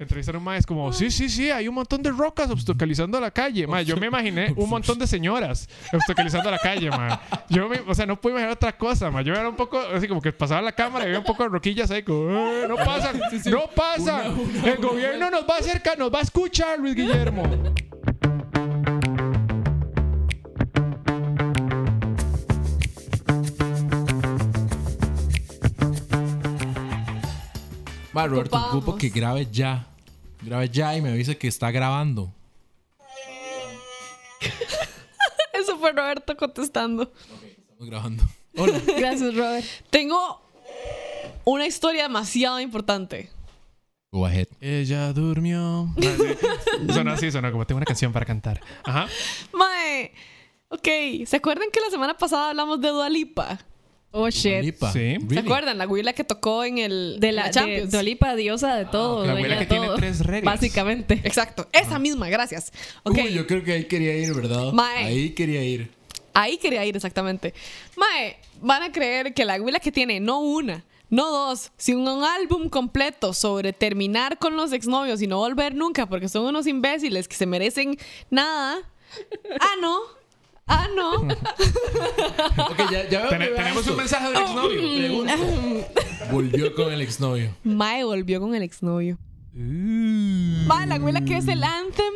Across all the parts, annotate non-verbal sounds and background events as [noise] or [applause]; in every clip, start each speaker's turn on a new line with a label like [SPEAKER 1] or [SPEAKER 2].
[SPEAKER 1] Entrevistaron más como, sí, sí, sí, hay un montón de rocas obstaculizando la calle. Ma, yo me imaginé un montón de señoras obstaculizando la calle, ma. Yo me- o sea, no pude imaginar otra cosa, ma. Yo era un poco, así como que pasaba la cámara y había un poco de roquillas ahí, como, "Eh, no pasan, no pasan.
[SPEAKER 2] Una, una,
[SPEAKER 1] El gobierno nos va a acercar, nos va a escuchar, Luis Guillermo.
[SPEAKER 2] Ma, Roberto,
[SPEAKER 3] Ocupamos.
[SPEAKER 2] ocupo que grabe ya. Grabe ya y me avise que está grabando.
[SPEAKER 3] Eso fue Roberto contestando.
[SPEAKER 2] Estamos grabando. Hola.
[SPEAKER 4] Gracias, Robert.
[SPEAKER 3] [laughs] Tengo una historia demasiado importante.
[SPEAKER 2] Go ahead.
[SPEAKER 1] Ella durmió. Sonó así, sonó como, tengo una canción para cantar. Ajá.
[SPEAKER 3] Mae, ok, ¿se acuerdan que la semana pasada hablamos de Dualipa?
[SPEAKER 4] Oh, shit.
[SPEAKER 2] Lipa.
[SPEAKER 1] Sí.
[SPEAKER 2] Really?
[SPEAKER 3] ¿Se acuerdan? La güila que tocó en el
[SPEAKER 4] De
[SPEAKER 3] en
[SPEAKER 4] la, de
[SPEAKER 3] Champions.
[SPEAKER 4] Dua Lipa, diosa de todo.
[SPEAKER 1] Ah, La
[SPEAKER 4] dueña
[SPEAKER 1] abuela
[SPEAKER 4] de
[SPEAKER 1] que tiene
[SPEAKER 4] todo.
[SPEAKER 1] tres reglas.
[SPEAKER 4] Básicamente.
[SPEAKER 3] Exacto, esa misma, gracias. Ok,
[SPEAKER 2] Uy, yo creo que ahí quería ir, ¿verdad?
[SPEAKER 3] Mae.
[SPEAKER 2] Ahí quería ir.
[SPEAKER 3] ahí quería ir exactamente. Mae, van a creer que la güila que tiene no una, no dos, sino un álbum completo sobre terminar con los exnovios y no volver nunca porque son unos imbéciles que se merecen nada. Ah, no. Ah, no.
[SPEAKER 2] Ok, ya, ya veo
[SPEAKER 1] Tene-
[SPEAKER 2] que vea
[SPEAKER 1] tenemos
[SPEAKER 2] esto.
[SPEAKER 1] un mensaje del exnovio.
[SPEAKER 2] Pregunta. Volvió con el exnovio.
[SPEAKER 3] [laughs] Mae volvió con el exnovio. Mae, la güila que es el anthem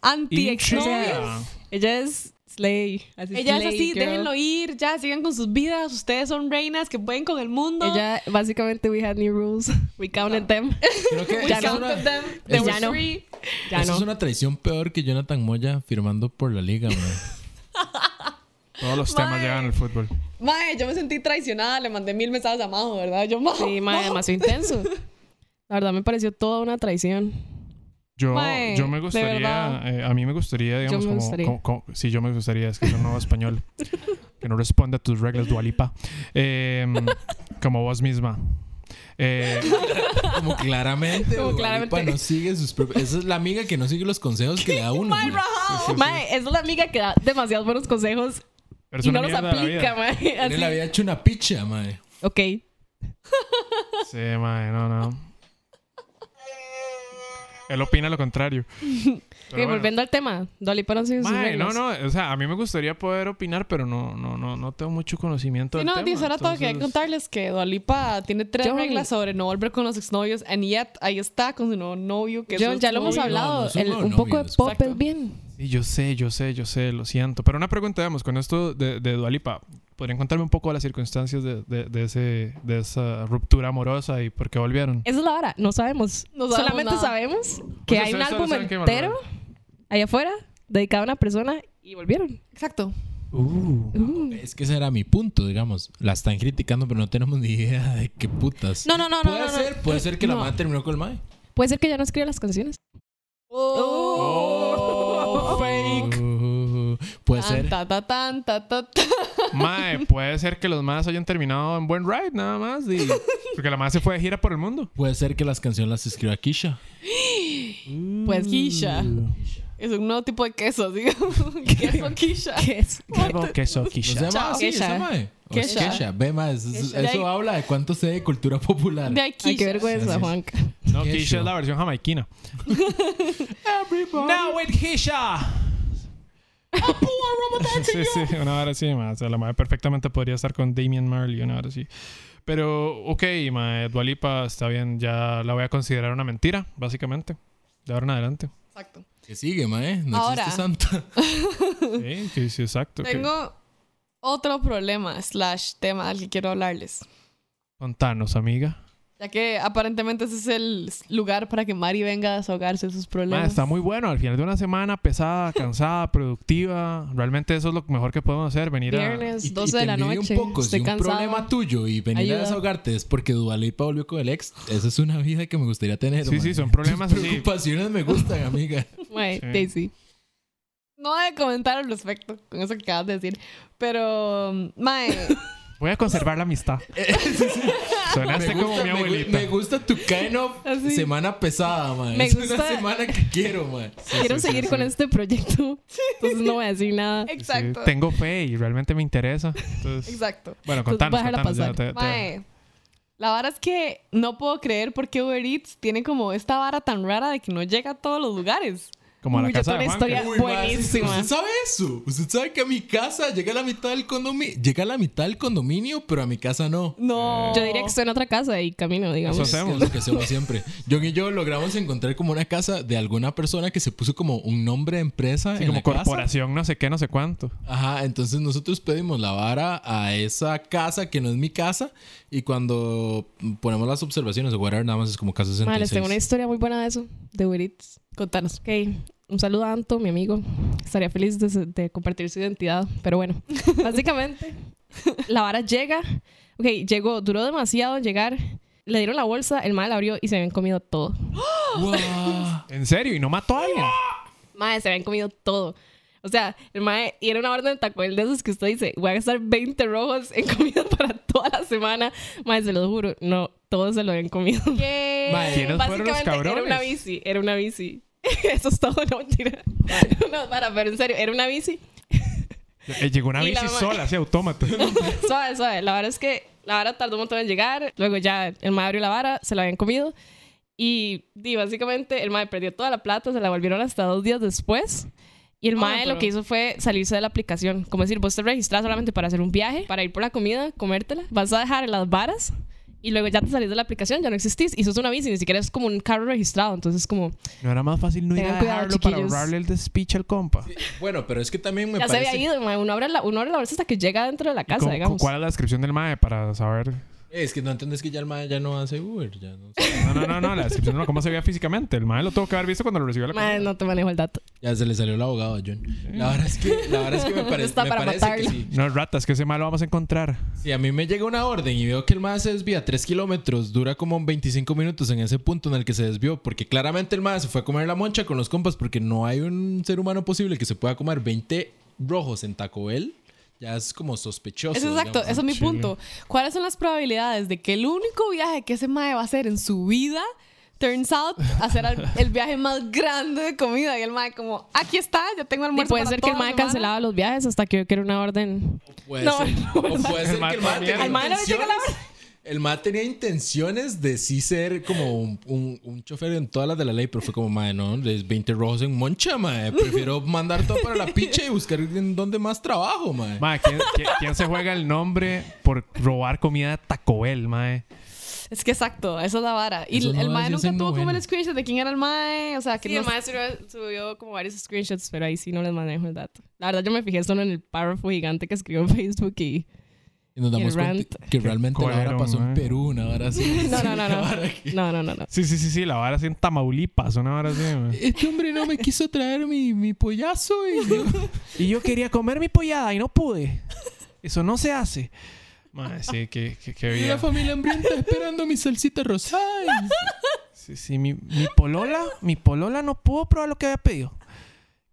[SPEAKER 3] anti-exnovios.
[SPEAKER 1] Interesting.
[SPEAKER 4] Ella es Slay. Así
[SPEAKER 3] Ella es
[SPEAKER 4] slay,
[SPEAKER 3] así,
[SPEAKER 4] girl.
[SPEAKER 3] déjenlo ir, ya sigan con sus vidas, ustedes son reinas que pueden con el mundo.
[SPEAKER 4] Ella, básicamente, we had new rules. We counted [laughs] them.
[SPEAKER 2] Creo que
[SPEAKER 3] We
[SPEAKER 2] esa es
[SPEAKER 3] counted
[SPEAKER 2] una,
[SPEAKER 3] them, they
[SPEAKER 2] esa
[SPEAKER 3] were
[SPEAKER 4] es una-
[SPEAKER 3] free.
[SPEAKER 4] Ya
[SPEAKER 2] esa
[SPEAKER 4] no.
[SPEAKER 2] es una traición peor que Jonathan Moya firmando por la liga, man.
[SPEAKER 1] Todos los temas
[SPEAKER 3] Mae.
[SPEAKER 1] llegan al fútbol.
[SPEAKER 3] Mae, yo me sentí traicionada, le mandé mil mensajes a Majo, ¿verdad? Yo, Majo.
[SPEAKER 4] Sí, mae,
[SPEAKER 3] Majo. [laughs]
[SPEAKER 4] demasiado intenso. La verdad me pareció toda una traición.
[SPEAKER 1] Yo,
[SPEAKER 3] Mae,
[SPEAKER 1] yo me
[SPEAKER 3] de
[SPEAKER 1] gustaría,
[SPEAKER 3] verdad.
[SPEAKER 1] eh, a mí me gustaría, digamos,
[SPEAKER 4] me
[SPEAKER 1] como,
[SPEAKER 4] gustaría.
[SPEAKER 1] como- como- sí, yo me gustaría, es que soy un nuevo
[SPEAKER 4] [laughs]
[SPEAKER 1] español que no responde a tus reglas, Dualipa, como vos misma. Eh,
[SPEAKER 2] Como claramente.
[SPEAKER 3] Como
[SPEAKER 2] Como
[SPEAKER 3] claramente.
[SPEAKER 2] claramente. No sigue sus prop- Esa es la amiga que no sigue los consejos que le da uno.
[SPEAKER 3] Mae,
[SPEAKER 2] man.
[SPEAKER 3] rajado.
[SPEAKER 4] Mae, es la amiga que da demasiados buenos consejos
[SPEAKER 1] pero es
[SPEAKER 4] y
[SPEAKER 1] una
[SPEAKER 4] no los
[SPEAKER 1] mierda la vida.
[SPEAKER 4] aplica, mae.
[SPEAKER 2] Él le
[SPEAKER 4] Así.
[SPEAKER 2] había hecho una picha, mae.
[SPEAKER 4] Ok.
[SPEAKER 1] Sí, mae, no, no. Él opina lo
[SPEAKER 4] [laughs]
[SPEAKER 1] contrario.
[SPEAKER 4] Ok,
[SPEAKER 1] Pero bueno.
[SPEAKER 4] Volviendo al tema, Dolly para sus
[SPEAKER 1] Mae, no,
[SPEAKER 4] reglas.
[SPEAKER 1] no, o sea, a mí me gustaría poder opinar, pero no, no, no, no tengo mucho conocimiento
[SPEAKER 3] Sí,
[SPEAKER 1] del
[SPEAKER 3] no,
[SPEAKER 1] tema.
[SPEAKER 3] dice ahora todo que hay que
[SPEAKER 1] entonces-
[SPEAKER 3] contarles que Dualipa tiene tres
[SPEAKER 4] Yo-
[SPEAKER 3] reglas sobre no volver con los exnovios, and yet ahí está con su nuevo novio que es
[SPEAKER 4] Yo-
[SPEAKER 3] su
[SPEAKER 4] ya lo hemos
[SPEAKER 3] exnovio.
[SPEAKER 2] novio. No,
[SPEAKER 4] hablado.
[SPEAKER 2] no es un
[SPEAKER 4] el-
[SPEAKER 2] nuevo
[SPEAKER 4] un poco de
[SPEAKER 2] novio,
[SPEAKER 4] pop
[SPEAKER 3] exacto.
[SPEAKER 4] es bien.
[SPEAKER 1] Sí, yo sé, yo sé, yo sé, lo siento. Pero una pregunta, digamos, con esto de, de Dualipa, ¿podrían contarme un poco las circunstancias de, de- de ese, de esa ruptura amorosa y por qué volvieron?
[SPEAKER 4] Esa es la hora. No sabemos.
[SPEAKER 3] No sabemos
[SPEAKER 4] Solamente
[SPEAKER 3] nada.
[SPEAKER 4] sabemos que
[SPEAKER 1] sea,
[SPEAKER 4] hay un
[SPEAKER 1] Pues ustedes solo
[SPEAKER 4] álbum
[SPEAKER 1] saben que
[SPEAKER 4] entero allá afuera dedicado a una persona y volvieron.
[SPEAKER 3] Exacto.
[SPEAKER 4] Mm.
[SPEAKER 2] Es que ese era mi punto, digamos. La están criticando, pero no tenemos ni idea de qué putas.
[SPEAKER 4] No, no, no, no.
[SPEAKER 2] puede
[SPEAKER 4] no, no.
[SPEAKER 2] ser, puede ser que la
[SPEAKER 4] No.
[SPEAKER 2] madre terminó con el mae.
[SPEAKER 4] Puede ser que ya no escriba las canciones.
[SPEAKER 3] Oh, fake.
[SPEAKER 2] Uh, puede ser.
[SPEAKER 3] Tan, ta, ta, tan, ta, ta, ta.
[SPEAKER 1] Mae, puede ser que los más hayan terminado en buen ride, nada más. y- porque la más se fue de gira por el mundo.
[SPEAKER 2] Puede ser que las canciones las escriba Kisha.
[SPEAKER 3] Pues quisha.
[SPEAKER 1] Mm.
[SPEAKER 3] Es un nuevo tipo de queso, [laughs] digo. queso quisha.
[SPEAKER 4] ¿Qué es?
[SPEAKER 1] Claro que eso,
[SPEAKER 2] ¿No se llama así
[SPEAKER 4] Kisha.
[SPEAKER 2] esa mae? ¿O es
[SPEAKER 3] Kisha.
[SPEAKER 2] Kisha? Ve, mae, eso, eso
[SPEAKER 3] Kisha. De ahí-
[SPEAKER 2] habla de cuánto sé de cultura popular.
[SPEAKER 3] De ahí
[SPEAKER 4] Ay, qué
[SPEAKER 3] quisha.
[SPEAKER 4] vergüenza,
[SPEAKER 2] Gracias.
[SPEAKER 4] Juanca.
[SPEAKER 1] No, Kisha es la versión jamaiquina. Now with Kisha.
[SPEAKER 3] Ah,
[SPEAKER 1] [laughs] sí, sí, una hora así, ma. O sea, la madre perfectamente podría estar con Damian Marley, una hora así. Pero, ok, ma, Dualipa está bien, ya la voy a considerar una mentira, básicamente. De ahora en
[SPEAKER 2] [laughs]
[SPEAKER 1] adelante.
[SPEAKER 3] Exacto.
[SPEAKER 2] ¿Qué sigue, mae? No
[SPEAKER 3] Ahora.
[SPEAKER 2] existe santa.
[SPEAKER 1] Sí, sí, sí, exacto. que-
[SPEAKER 3] Tengo otro problema, slash tema al que quiero hablarles.
[SPEAKER 1] Contanos, amiga.
[SPEAKER 3] Ya que aparentemente ese es el lugar para que Mari venga a desahogarse de sus
[SPEAKER 1] Ma,
[SPEAKER 3] problemas.
[SPEAKER 1] está muy bueno. Al final de una semana
[SPEAKER 2] [laughs]
[SPEAKER 1] pesada, cansada, productiva. Realmente eso es lo mejor que podemos hacer, venir a...
[SPEAKER 4] Viernes, 12
[SPEAKER 2] te
[SPEAKER 4] pues, de la
[SPEAKER 2] envidio
[SPEAKER 4] noche.
[SPEAKER 2] un poco,
[SPEAKER 4] Estoy
[SPEAKER 2] si un
[SPEAKER 4] cansada.
[SPEAKER 2] problema tuyo y venir
[SPEAKER 4] Ayuda.
[SPEAKER 2] a desahogarte es porque Dualipa volvió con el ex, esa es una vida que me gustaría tener.
[SPEAKER 1] Sí,
[SPEAKER 2] mae.
[SPEAKER 1] sí, son
[SPEAKER 2] Tus
[SPEAKER 1] problemas así.
[SPEAKER 2] preocupaciones me gustan, amiga.
[SPEAKER 4] Mae,
[SPEAKER 1] Sí.
[SPEAKER 4] Daisy.
[SPEAKER 3] No voy a comentar al respecto con eso que acabas de decir. Pero, um,
[SPEAKER 1] [laughs]
[SPEAKER 3] Mae,
[SPEAKER 1] Voy a conservar la
[SPEAKER 2] [laughs]
[SPEAKER 1] amistad. Sonaste
[SPEAKER 2] Me
[SPEAKER 1] como
[SPEAKER 2] gusta-
[SPEAKER 1] mi
[SPEAKER 2] me gu-
[SPEAKER 1] abuelita.
[SPEAKER 2] Me gusta tu kind of
[SPEAKER 4] Así.
[SPEAKER 2] semana pesada, mae.
[SPEAKER 4] Me
[SPEAKER 2] es una
[SPEAKER 4] gusta-
[SPEAKER 2] semana que quiero, [laughs] mae.
[SPEAKER 4] Quiero
[SPEAKER 1] sí, sí,
[SPEAKER 4] seguir
[SPEAKER 1] sí.
[SPEAKER 4] con este
[SPEAKER 2] [laughs]
[SPEAKER 4] proyecto. Entonces no voy a decir nada.
[SPEAKER 1] Sí,
[SPEAKER 3] exacto.
[SPEAKER 1] tengo fe y realmente me interesa. Entonces,
[SPEAKER 3] Exacto.
[SPEAKER 1] bueno,
[SPEAKER 4] Entonces,
[SPEAKER 1] contanos,
[SPEAKER 4] bájala
[SPEAKER 1] contanos, ya
[SPEAKER 4] pasar.
[SPEAKER 1] te- te-
[SPEAKER 3] Mae, La vara es que no puedo creer por qué Uber Eats tiene como esta vara tan rara de que no llega a todos los lugares.
[SPEAKER 1] Como a la
[SPEAKER 3] Uy, yo
[SPEAKER 1] casa
[SPEAKER 3] tengo
[SPEAKER 1] de
[SPEAKER 3] una
[SPEAKER 1] Juanca.
[SPEAKER 3] historia buenísima.
[SPEAKER 2] ¿Usted sabe eso? ¿Usted sabe que a mi casa llega a la mitad del condominio? Llega a la mitad del condominio, pero a mi casa no.
[SPEAKER 3] No.
[SPEAKER 4] Yo diría que estoy en otra casa y camino, digamos.
[SPEAKER 1] Eso
[SPEAKER 2] Es que
[SPEAKER 1] hacemos.
[SPEAKER 2] Es lo que hacemos siempre. John y yo logramos encontrar como una casa de alguna persona que se puso como un nombre de empresa
[SPEAKER 1] Así
[SPEAKER 2] en
[SPEAKER 1] como
[SPEAKER 2] la casa.
[SPEAKER 1] corporación, no sé qué, no sé cuánto.
[SPEAKER 2] Ajá, entonces nosotros pedimos la vara a esa casa que no es mi casa y cuando ponemos las observaciones o whatever, nada más es como casa 66.
[SPEAKER 4] Madre, les tengo una historia muy buena de eso, de Uber Eats.
[SPEAKER 3] Contanos.
[SPEAKER 4] Ok, un saludo a Anto, mi amigo. Estaría feliz de, de compartir su identidad, pero bueno, básicamente la vara llega. Ok, llegó, duró demasiado en llegar. Le dieron la bolsa, el mal abrió y se habían comido todo.
[SPEAKER 2] Guau.
[SPEAKER 1] ¿En serio? ¿Y no mató a alguien?
[SPEAKER 4] Madre, se habían comido todo. O sea, el mae, y era una orden de taco de esos que usted dice, voy a gastar 20 rojos en comida [laughs] para toda la semana. Madre, se lo juro, no, todos se lo habían comido.
[SPEAKER 1] Mae, ¿quiénes fueron los
[SPEAKER 4] Básicamente era
[SPEAKER 1] cabrones?
[SPEAKER 4] una bici, era una bici. [laughs] Eso es todo, no mentira. [laughs] No, para, pero en serio, era una bici.
[SPEAKER 1] Eh, Llegó una
[SPEAKER 4] Y la
[SPEAKER 1] bici
[SPEAKER 4] ma-
[SPEAKER 1] sola, así
[SPEAKER 4] [laughs]
[SPEAKER 1] autómata.
[SPEAKER 4] Suave, suave. La verdad es que la vara tardó un montón en llegar. Luego ya el madre abrió la vara, se la habían comido. Y, di, básicamente el madre perdió toda la plata, se la volvieron hasta dos días después. Y el
[SPEAKER 3] Ah,
[SPEAKER 4] mae
[SPEAKER 3] pero-
[SPEAKER 4] lo que hizo fue salirse de la aplicación. Como decir, vos te registras solamente para hacer un viaje, para ir por la comida, comértela. Vas a dejar en las varas y luego ya te salís de la aplicación, ya no existís. Y sos una bici, ni siquiera es como un carro registrado. Entonces, como,
[SPEAKER 1] ¿No era más fácil no ir a
[SPEAKER 4] Tengan cuidado,
[SPEAKER 1] dejarlo para
[SPEAKER 4] chiquillos.
[SPEAKER 1] ahorrarle el despiche al compa?
[SPEAKER 2] Eh, Bueno, pero es que también me
[SPEAKER 4] ya
[SPEAKER 2] parece...
[SPEAKER 4] se había ido. mae. Uno, abre la, uno abre la bolsa hasta que llega dentro de la
[SPEAKER 1] ¿Y
[SPEAKER 4] casa,
[SPEAKER 1] cómo-
[SPEAKER 4] digamos.
[SPEAKER 1] ¿Cuál es la descripción del MAE para saber?
[SPEAKER 2] Es que no entendés que ya el mae ya no hace Uber, ya no sé.
[SPEAKER 1] No, no, no, no, la descripción no, cómo se veía físicamente. El MAE lo tuvo que haber visto cuando lo recibió la comida.
[SPEAKER 4] Mae, no te manejo el dato.
[SPEAKER 2] Ya se le salió el abogado a John. La verdad es que, la verdad es que
[SPEAKER 4] [laughs]
[SPEAKER 2] me, parece-
[SPEAKER 4] Está
[SPEAKER 2] me
[SPEAKER 4] para
[SPEAKER 2] parece que
[SPEAKER 4] matarlo.
[SPEAKER 2] sí.
[SPEAKER 1] No, ratas, que ese MAE lo vamos a encontrar.
[SPEAKER 2] Si a mí me llega una orden y veo que el MAE se desvía 3 kilómetros, dura como 25 minutos en ese punto en el que se desvió, porque claramente el MAE se fue a comer la moncha con los compas, porque no hay un ser humano posible que se pueda comer 20 rojos en Taco Bell, ya es como sospechoso.
[SPEAKER 3] Eso es exacto,
[SPEAKER 2] digamos.
[SPEAKER 3] eso es mi
[SPEAKER 1] Chile.
[SPEAKER 3] punto. ¿Cuáles son las probabilidades de que el único viaje que ese mae va a hacer en su vida turns out a ser
[SPEAKER 4] [laughs]
[SPEAKER 3] al- el viaje más grande de comida y el mae como, aquí está, ya tengo
[SPEAKER 4] Y
[SPEAKER 3] almuerzo
[SPEAKER 4] puede
[SPEAKER 3] para
[SPEAKER 4] ser que
[SPEAKER 3] toda
[SPEAKER 4] el
[SPEAKER 3] la
[SPEAKER 4] mae
[SPEAKER 3] semana"?
[SPEAKER 4] cancelaba los viajes hasta que yo quiera una orden.
[SPEAKER 2] Puede
[SPEAKER 4] No,
[SPEAKER 2] ser. o puede ser
[SPEAKER 1] mae
[SPEAKER 2] que el MAE
[SPEAKER 1] comiendo.
[SPEAKER 2] tenía
[SPEAKER 1] Al
[SPEAKER 4] mae no le llega la
[SPEAKER 2] intenciones- El MAE tenía intenciones de sí ser como un, un- un chofer en todas las de la ley, pero fue como, mae, no, les 20 rojos en moncha, mae. Prefiero mandar todo para la picha y buscar en dónde más trabajo, mae.
[SPEAKER 1] Mae, ¿quién, quién- quién se juega el nombre por robar comida de Taco Bell, mae?
[SPEAKER 3] Es que exacto, esa es la vara. Y
[SPEAKER 2] Eso no
[SPEAKER 3] el
[SPEAKER 2] va a
[SPEAKER 3] mae
[SPEAKER 2] decirse
[SPEAKER 3] nunca
[SPEAKER 2] en
[SPEAKER 3] tuvo como
[SPEAKER 2] novela.
[SPEAKER 3] el screenshot de quién era el mae, o sea, que
[SPEAKER 4] Mm. Sí,
[SPEAKER 3] no
[SPEAKER 4] el mae subió, subió como varios screenshots, pero ahí sí no les manejo el dato. La verdad, yo me fijé solo en el párrafo gigante que escribió en Facebook y...
[SPEAKER 2] Y nos damos
[SPEAKER 4] El rant.
[SPEAKER 2] cuenta que realmente la
[SPEAKER 1] colero,
[SPEAKER 2] hora pasó
[SPEAKER 1] mae.
[SPEAKER 2] en Perú, una hora así.
[SPEAKER 4] [laughs] [laughs] No, no, no,
[SPEAKER 2] Una
[SPEAKER 4] no.
[SPEAKER 2] [laughs] vara que-
[SPEAKER 4] No, no, no, no.
[SPEAKER 1] Sí, sí, sí, sí, la vara así en Tamaulipas, una vara así, mae.
[SPEAKER 2] Este hombre no me quiso traer mi, mi pollazo y yo-
[SPEAKER 1] Y yo quería comer mi pollada y no pude. Eso no se hace. Mae, sí, qué, qué, qué
[SPEAKER 2] y la
[SPEAKER 1] vida.
[SPEAKER 2] familia hambrienta esperando mi salsita rosada.
[SPEAKER 1] Sí, sí, mi, mi polola, mi polola no pudo probar lo que había pedido.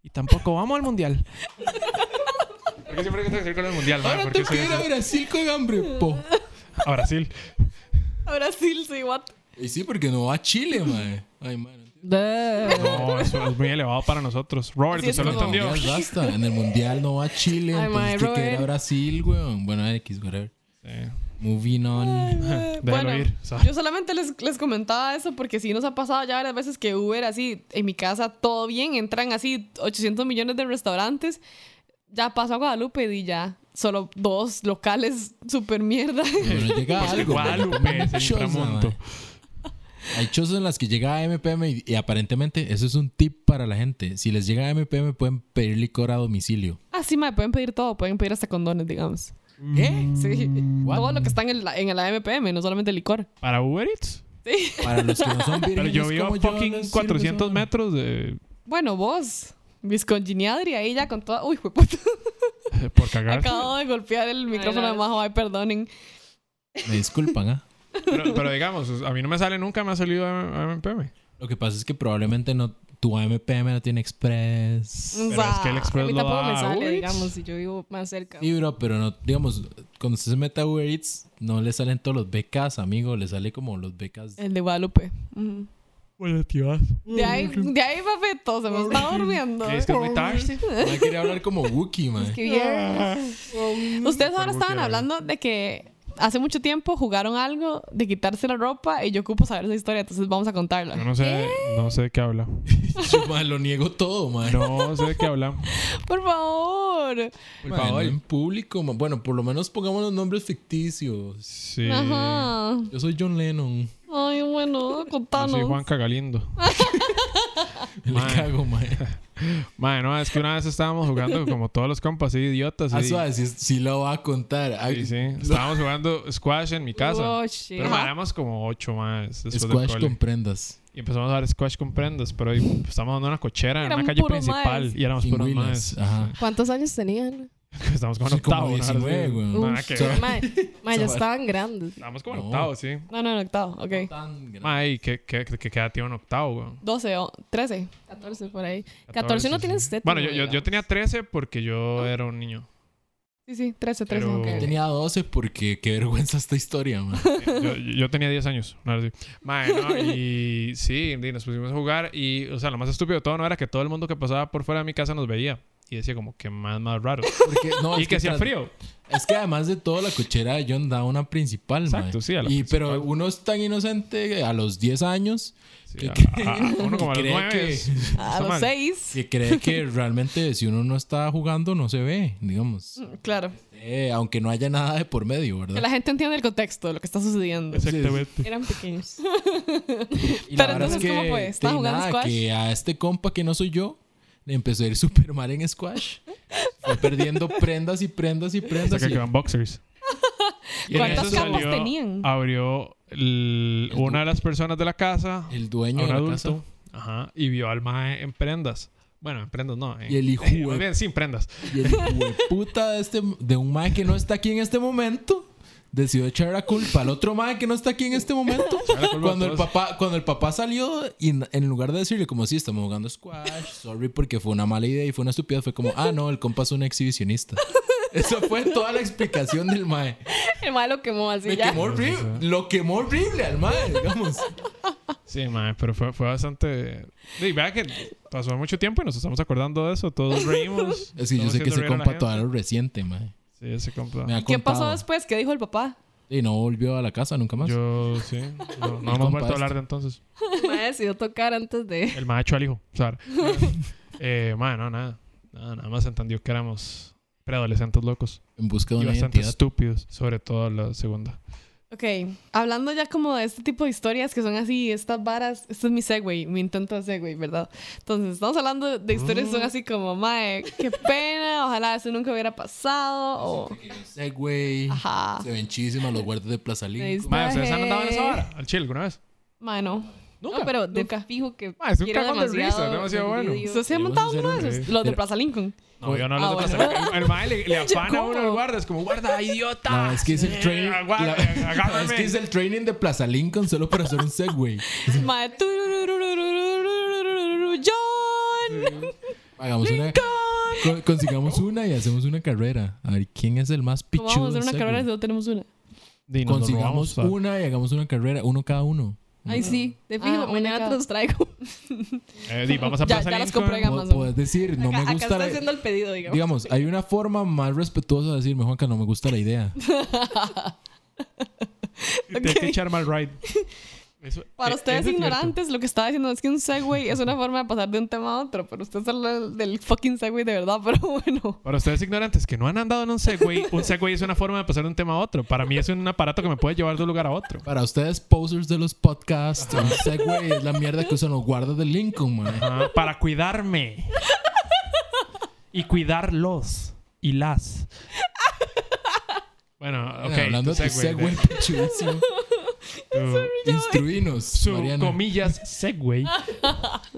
[SPEAKER 1] Y tampoco vamos al mundial. Porque siempre hay que salir con el mundial, mae?
[SPEAKER 2] Ahora
[SPEAKER 1] Porque
[SPEAKER 2] tengo que ir a Brasil con hambre, po.
[SPEAKER 1] a Brasil.
[SPEAKER 3] [laughs] A Brasil, sí, what?
[SPEAKER 2] Y sí, porque no va a Chile, mae. Ay, mae. no entiendo.
[SPEAKER 1] No, eso es muy elevado para nosotros. Robert,
[SPEAKER 3] Así es
[SPEAKER 1] ¿usted lo
[SPEAKER 3] como-
[SPEAKER 1] entendió?
[SPEAKER 2] Mundial basta. En el mundial no va a Chile.
[SPEAKER 4] Ay, mae,
[SPEAKER 2] entonces, ¿qué
[SPEAKER 4] Robert.
[SPEAKER 2] queda Brasil, weón? Bueno, X, whatever.
[SPEAKER 1] Sí.
[SPEAKER 2] Moving on.
[SPEAKER 1] Déjalo
[SPEAKER 3] Eh, bueno,
[SPEAKER 1] ir. O sea,
[SPEAKER 3] yo solamente les, les comentaba eso porque sí nos ha pasado ya varias veces que Uber así, en mi casa todo bien, entran así 800 millones de restaurantes, ya paso a Guadalupe y ya solo dos locales super mierda. [laughs]
[SPEAKER 2] Bueno, llega
[SPEAKER 1] Pues,
[SPEAKER 2] algo.
[SPEAKER 1] Guadalupe, es el
[SPEAKER 2] Choza,
[SPEAKER 1] inframundo.
[SPEAKER 2] mae. Hay chozas en las que llega MPM y, y aparentemente eso es un tip para la gente. Si les llega MPM pueden pedir licor a domicilio.
[SPEAKER 3] Así me Ah, pueden pedir todo, pueden pedir hasta condones, digamos.
[SPEAKER 1] Mm.
[SPEAKER 2] ¿Qué?
[SPEAKER 3] Sí,
[SPEAKER 2] What?
[SPEAKER 3] todo lo que está en el, en el AMPM, no solamente el licor.
[SPEAKER 1] ¿Para Uber Eats?
[SPEAKER 2] Para los que no
[SPEAKER 1] [laughs]
[SPEAKER 2] son
[SPEAKER 1] Pero
[SPEAKER 2] vírgenes
[SPEAKER 1] yo vivo
[SPEAKER 2] como
[SPEAKER 1] a
[SPEAKER 2] yo, no
[SPEAKER 1] fucking
[SPEAKER 2] sirve
[SPEAKER 1] 400
[SPEAKER 2] esa
[SPEAKER 1] metros de...
[SPEAKER 3] Bueno, vos, mis congeniadri ahí ya con toda... Uy, puta,
[SPEAKER 1] eh, por cagar.
[SPEAKER 3] acabo de golpear el micrófono
[SPEAKER 4] la-
[SPEAKER 3] de Majo, ay, perdonen.
[SPEAKER 2] vara. Me disculpan, ¿ah?
[SPEAKER 1] Pero, pero digamos, a mí no me sale nunca, me ha salido a MPM.
[SPEAKER 2] Lo que pasa es que probablemente no tu MPM no tiene express.
[SPEAKER 1] Pero es que el Express
[SPEAKER 4] a mí
[SPEAKER 1] lo
[SPEAKER 4] tampoco
[SPEAKER 1] da
[SPEAKER 4] me sale,
[SPEAKER 1] Uber Eats.
[SPEAKER 4] digamos, si yo vivo más cerca.
[SPEAKER 2] Sí, bro, pero no, digamos, cuando usted se mete a Uber Eats, no le salen todos los becas, amigo, le sale como los
[SPEAKER 3] [laughs]
[SPEAKER 2] becas.
[SPEAKER 3] El de Guadalupe. Ujú.
[SPEAKER 1] Bueno, tío.
[SPEAKER 3] De ahí, de ahí papi, todo se me está durmiendo.
[SPEAKER 1] Es que es muy tarde.
[SPEAKER 2] Me quería hablar como Wookiee, man.
[SPEAKER 4] Qué bien.
[SPEAKER 3] Ustedes ahora
[SPEAKER 1] Por
[SPEAKER 3] estaban
[SPEAKER 1] Wookiee,
[SPEAKER 3] hablando de que hace mucho tiempo jugaron algo de quitarse la ropa y yo ocupo saber esa historia, entonces vamos a contarla.
[SPEAKER 1] Yo no sé, no sé de qué habla.
[SPEAKER 2] [laughs] Yo, ma, lo niego todo, man.
[SPEAKER 1] No sé de qué habla.
[SPEAKER 3] Por favor.
[SPEAKER 2] Por favor, en público, ma. Bueno, por lo menos pongamos los nombres ficticios.
[SPEAKER 1] Sí.
[SPEAKER 3] Ajá.
[SPEAKER 2] Yo soy John Lennon. [laughs]
[SPEAKER 3] Ay, bueno,
[SPEAKER 1] Yo soy
[SPEAKER 3] contanos.
[SPEAKER 1] Juan Cagalindo.
[SPEAKER 2] Le
[SPEAKER 1] Ma. [laughs]
[SPEAKER 2] cago, man.
[SPEAKER 1] Madre, no, es que una vez estábamos jugando como todos los compas, sí, idiotas.
[SPEAKER 2] Ah,
[SPEAKER 1] sí.
[SPEAKER 2] suave, si, si lo va a contar. Ay,
[SPEAKER 1] Sí, sí. Estábamos jugando squash en mi casa.
[SPEAKER 4] Oh, shit.
[SPEAKER 1] Pero ganamos como ocho más después del
[SPEAKER 2] Squash
[SPEAKER 1] cole.
[SPEAKER 2] con prendas.
[SPEAKER 1] Y empezamos a dar squash con prendas, pero ahí estábamos dando una cochera en
[SPEAKER 3] Eran
[SPEAKER 1] una calle
[SPEAKER 3] puros
[SPEAKER 1] principal
[SPEAKER 3] maes.
[SPEAKER 1] y éramos
[SPEAKER 2] Sin
[SPEAKER 1] puros
[SPEAKER 2] huilas,
[SPEAKER 1] más. [laughs]
[SPEAKER 2] ajá.
[SPEAKER 4] ¿Cuántos años tenían?
[SPEAKER 1] Estábamos como en
[SPEAKER 2] Sí, como
[SPEAKER 1] octavo. ¿no?
[SPEAKER 2] 19,
[SPEAKER 1] Sí.
[SPEAKER 2] güey.
[SPEAKER 1] No, nada
[SPEAKER 4] Uf,
[SPEAKER 1] que
[SPEAKER 4] sí,
[SPEAKER 1] ver.
[SPEAKER 4] mae. [laughs] Mae, ya estaban grandes.
[SPEAKER 1] Estábamos como en
[SPEAKER 2] No.
[SPEAKER 1] octavo, sí.
[SPEAKER 3] No, no, en octavo, ok.
[SPEAKER 2] Tan grande.
[SPEAKER 1] Ay, ¿qué, qué, qué queda tío en octavo, güey?
[SPEAKER 3] 12 o 13.
[SPEAKER 4] 14 por ahí. 14,
[SPEAKER 1] 14,
[SPEAKER 4] no
[SPEAKER 1] sí.
[SPEAKER 4] tienes usted.
[SPEAKER 1] Bueno, yo, yo, yo tenía 13 porque yo era un niño.
[SPEAKER 3] Sí, sí, 13, 13.
[SPEAKER 1] Pero-
[SPEAKER 3] ok.
[SPEAKER 1] Yo
[SPEAKER 2] Tenía 12 porque qué vergüenza esta historia, man.
[SPEAKER 1] Yo, yo tenía 10 años. No, sí. Mae, ¿no? Y sí, y nos pusimos a jugar. Y, o sea, lo más estúpido de todo no era que todo el mundo que pasaba por fuera de mi casa nos veía. Y decía como que más, más raro.
[SPEAKER 2] Porque,
[SPEAKER 1] [laughs]
[SPEAKER 2] no,
[SPEAKER 1] y
[SPEAKER 2] Oh, es
[SPEAKER 1] que hacía
[SPEAKER 2] tras-
[SPEAKER 1] frío.
[SPEAKER 2] Es que además de todo, la cochera de John da una principal, man.
[SPEAKER 1] Exacto, sí, a la
[SPEAKER 2] y, Pero
[SPEAKER 1] principal.
[SPEAKER 2] uno es tan inocente a los 10 años
[SPEAKER 1] Sí,
[SPEAKER 2] ¿Qué-
[SPEAKER 1] a-
[SPEAKER 2] qué?
[SPEAKER 1] a- a uno como a los
[SPEAKER 2] ¿Cree
[SPEAKER 1] nueve
[SPEAKER 2] que-
[SPEAKER 1] es-
[SPEAKER 3] A
[SPEAKER 1] está
[SPEAKER 3] los
[SPEAKER 1] mal.
[SPEAKER 3] 6.
[SPEAKER 2] que cree que
[SPEAKER 1] [laughs]
[SPEAKER 2] realmente si uno no está jugando no se ve, digamos.
[SPEAKER 3] Claro.
[SPEAKER 2] Eh, aunque no haya nada de por medio,
[SPEAKER 3] Que
[SPEAKER 2] ¿verdad?
[SPEAKER 3] la gente entienda el contexto de lo que está sucediendo.
[SPEAKER 1] Exactamente.
[SPEAKER 4] Eran pequeños.
[SPEAKER 2] Y la
[SPEAKER 3] Pero
[SPEAKER 2] verdad
[SPEAKER 3] entonces, ¿cómo fue? ¿Estaba
[SPEAKER 2] de
[SPEAKER 3] jugando
[SPEAKER 2] nada,
[SPEAKER 3] squash?
[SPEAKER 2] que a este compa que no soy yo le empezó a ir [laughs] super mal en squash. Fue perdiendo prendas y prendas y
[SPEAKER 1] Hasta
[SPEAKER 2] prendas.
[SPEAKER 1] que
[SPEAKER 2] y-
[SPEAKER 1] quedan boxers. Y en
[SPEAKER 3] ¿Cuántas
[SPEAKER 1] eso
[SPEAKER 3] capas
[SPEAKER 1] salió- Ah.
[SPEAKER 3] tenían?
[SPEAKER 1] Abrió el-
[SPEAKER 2] El
[SPEAKER 1] una de las personas de la casa,
[SPEAKER 2] el dueño
[SPEAKER 1] a un
[SPEAKER 2] de la
[SPEAKER 1] adulto,
[SPEAKER 2] casa.
[SPEAKER 1] ajá, y vio al mae en prendas. Bueno, en prendas no. en-
[SPEAKER 2] Y el
[SPEAKER 1] [laughs]
[SPEAKER 2] hijo
[SPEAKER 1] Más
[SPEAKER 2] de-
[SPEAKER 1] bien, sin prendas.
[SPEAKER 2] Y el puta de, este, de un mae que no está aquí en este momento decidió echar la culpa al otro mae que no está aquí en este momento.
[SPEAKER 1] la culpa a
[SPEAKER 2] Cuando el
[SPEAKER 1] todos.
[SPEAKER 2] papá, cuando el papá salió y en, en lugar de decirle como sí, estamos jugando squash, sorry porque fue una mala idea y fue una estupidez, fue como, ah, no, el compa es un exhibicionista. [laughs] Esa fue toda la explicación del mae.
[SPEAKER 4] El malo quemó así
[SPEAKER 2] Me
[SPEAKER 4] ya.
[SPEAKER 2] quemó horrible, lo quemó horrible al mae, digamos.
[SPEAKER 1] Sí, mae, pero fue, fue bastante. Y vea que pasó mucho tiempo y nos estamos acordando de eso. Todos
[SPEAKER 2] [laughs]
[SPEAKER 1] reímos.
[SPEAKER 2] Es que yo
[SPEAKER 1] estamos
[SPEAKER 2] sé que
[SPEAKER 1] haciendo
[SPEAKER 2] ese
[SPEAKER 1] reír a la
[SPEAKER 2] compa
[SPEAKER 1] gente. Ah.
[SPEAKER 2] todavía lo reciente, mae.
[SPEAKER 1] Sí, ese compa.
[SPEAKER 2] Me ha
[SPEAKER 3] ¿Y ¿Qué pasó
[SPEAKER 2] contado.
[SPEAKER 3] después? ¿Qué dijo el papá?
[SPEAKER 2] Y no volvió a la casa nunca más.
[SPEAKER 1] Yo, sí.
[SPEAKER 2] [laughs]
[SPEAKER 1] No, no
[SPEAKER 2] El
[SPEAKER 1] hemos
[SPEAKER 2] compa
[SPEAKER 1] vuelto a hablar
[SPEAKER 2] este.
[SPEAKER 1] de entonces.
[SPEAKER 4] Me decidió tocar antes de.
[SPEAKER 1] El macho al hijo. O sea, [laughs] eh, mae, no, nada. Nada, nada más entendió que éramos preadolescentes locos.
[SPEAKER 2] En busca de
[SPEAKER 1] Y
[SPEAKER 2] una
[SPEAKER 1] bastante
[SPEAKER 2] identidad.
[SPEAKER 1] estúpidos. Sobre todo la segunda.
[SPEAKER 3] [laughs] Ok, hablando ya como de este tipo de historias que son así, estas varas, este es mi segue, mi intento de segue, ¿verdad? Entonces, estamos hablando de historias que
[SPEAKER 2] Mm.
[SPEAKER 3] son así como, mae, qué pena, ojalá eso nunca hubiera pasado, o...
[SPEAKER 2] Segway.
[SPEAKER 3] Ajá.
[SPEAKER 2] Se ven chísimas los guardas de Plaza Lincoln.
[SPEAKER 1] Mae, ¿ustedes han andado en esa
[SPEAKER 3] Traje.
[SPEAKER 1] vara? ¿Al chile alguna vez?
[SPEAKER 3] Mae, no.
[SPEAKER 1] Nunca.
[SPEAKER 4] No, pero de
[SPEAKER 3] nunca.
[SPEAKER 4] fijo que.
[SPEAKER 1] Ah, es un
[SPEAKER 4] quiero
[SPEAKER 1] cagón de risa,
[SPEAKER 4] demasiado
[SPEAKER 1] demasiado bueno.
[SPEAKER 4] vídeo.
[SPEAKER 3] ¿Usted se ha
[SPEAKER 2] Sí,
[SPEAKER 3] montado
[SPEAKER 2] vamos a
[SPEAKER 3] uno de
[SPEAKER 2] hacer un
[SPEAKER 3] esos? Los de
[SPEAKER 2] Era-
[SPEAKER 3] Plaza Lincoln.
[SPEAKER 1] No, yo no
[SPEAKER 3] Ah,
[SPEAKER 1] los de
[SPEAKER 3] bueno.
[SPEAKER 1] placer. El, el mae
[SPEAKER 3] [laughs]
[SPEAKER 1] le, le afana a uno
[SPEAKER 3] ¿cómo?
[SPEAKER 1] al guarda. Es como, guarda, idiota.
[SPEAKER 2] No, es que es el training.
[SPEAKER 1] Eh, guarda,
[SPEAKER 2] la-
[SPEAKER 1] agárrame.
[SPEAKER 2] es que es el training de Plaza Lincoln solo para hacer un Segway.
[SPEAKER 3] Mae, tururururururururururu, John.
[SPEAKER 2] Hagamos una. co- Consigamos una y hacemos una carrera. A ver quién es el más
[SPEAKER 3] ¿Cómo
[SPEAKER 2] pichudo.
[SPEAKER 3] vamos a hacer una
[SPEAKER 2] en
[SPEAKER 3] carrera si
[SPEAKER 2] Segway?
[SPEAKER 3] no tenemos una?
[SPEAKER 1] Y nos lo
[SPEAKER 2] Consigamos
[SPEAKER 1] robamos, o sea.
[SPEAKER 2] una y hagamos una carrera, uno cada uno.
[SPEAKER 4] Ay, sí. De
[SPEAKER 3] Ah,
[SPEAKER 4] fijo,
[SPEAKER 3] bueno,
[SPEAKER 4] mañana
[SPEAKER 3] acá.
[SPEAKER 4] te los traigo.
[SPEAKER 1] Eh, di, vamos a
[SPEAKER 3] Ya-
[SPEAKER 1] Plaza
[SPEAKER 3] ya las
[SPEAKER 1] Lincoln. [laughs]
[SPEAKER 3] compré en Amazon.
[SPEAKER 2] Puedes decir, no
[SPEAKER 4] acá,
[SPEAKER 2] me
[SPEAKER 4] acá
[SPEAKER 2] gusta
[SPEAKER 4] está
[SPEAKER 2] la.
[SPEAKER 4] haciendo el pedido, digamos.
[SPEAKER 2] Digamos, hay una forma más respetuosa de decirme, Juanca, no me gusta la idea.
[SPEAKER 1] Tienes que echar mal
[SPEAKER 3] [laughs]
[SPEAKER 1] ride. Eso-
[SPEAKER 3] Para
[SPEAKER 1] eh,
[SPEAKER 3] ustedes
[SPEAKER 1] eso es cierto.
[SPEAKER 3] ignorantes, lo que estaba diciendo es que un segue es una forma de pasar de un tema a otro, pero ustedes hablan del fucking segue de verdad, [laughs] pero bueno.
[SPEAKER 1] Para ustedes ignorantes que no han andado en un Segway, un Segway es una forma de pasar de un tema a otro. Para mí es un aparato que me puede llevar de un lugar a otro.
[SPEAKER 2] Para ustedes, posers de los podcasts, un Segway es la mierda que usan los guardas de Lincoln, man.
[SPEAKER 1] Ajá, Ah, para
[SPEAKER 3] [laughs]
[SPEAKER 1] cuidarme. Y cuidarlos. Y las. Bueno, ok.
[SPEAKER 2] Bueno, hablando
[SPEAKER 1] tu
[SPEAKER 2] de tu
[SPEAKER 1] Segway,
[SPEAKER 2] Segway, pichudísimo.
[SPEAKER 1] tu-
[SPEAKER 2] Instruinos,
[SPEAKER 1] su,
[SPEAKER 2] Mariana.
[SPEAKER 1] [laughs] comillas, Segway.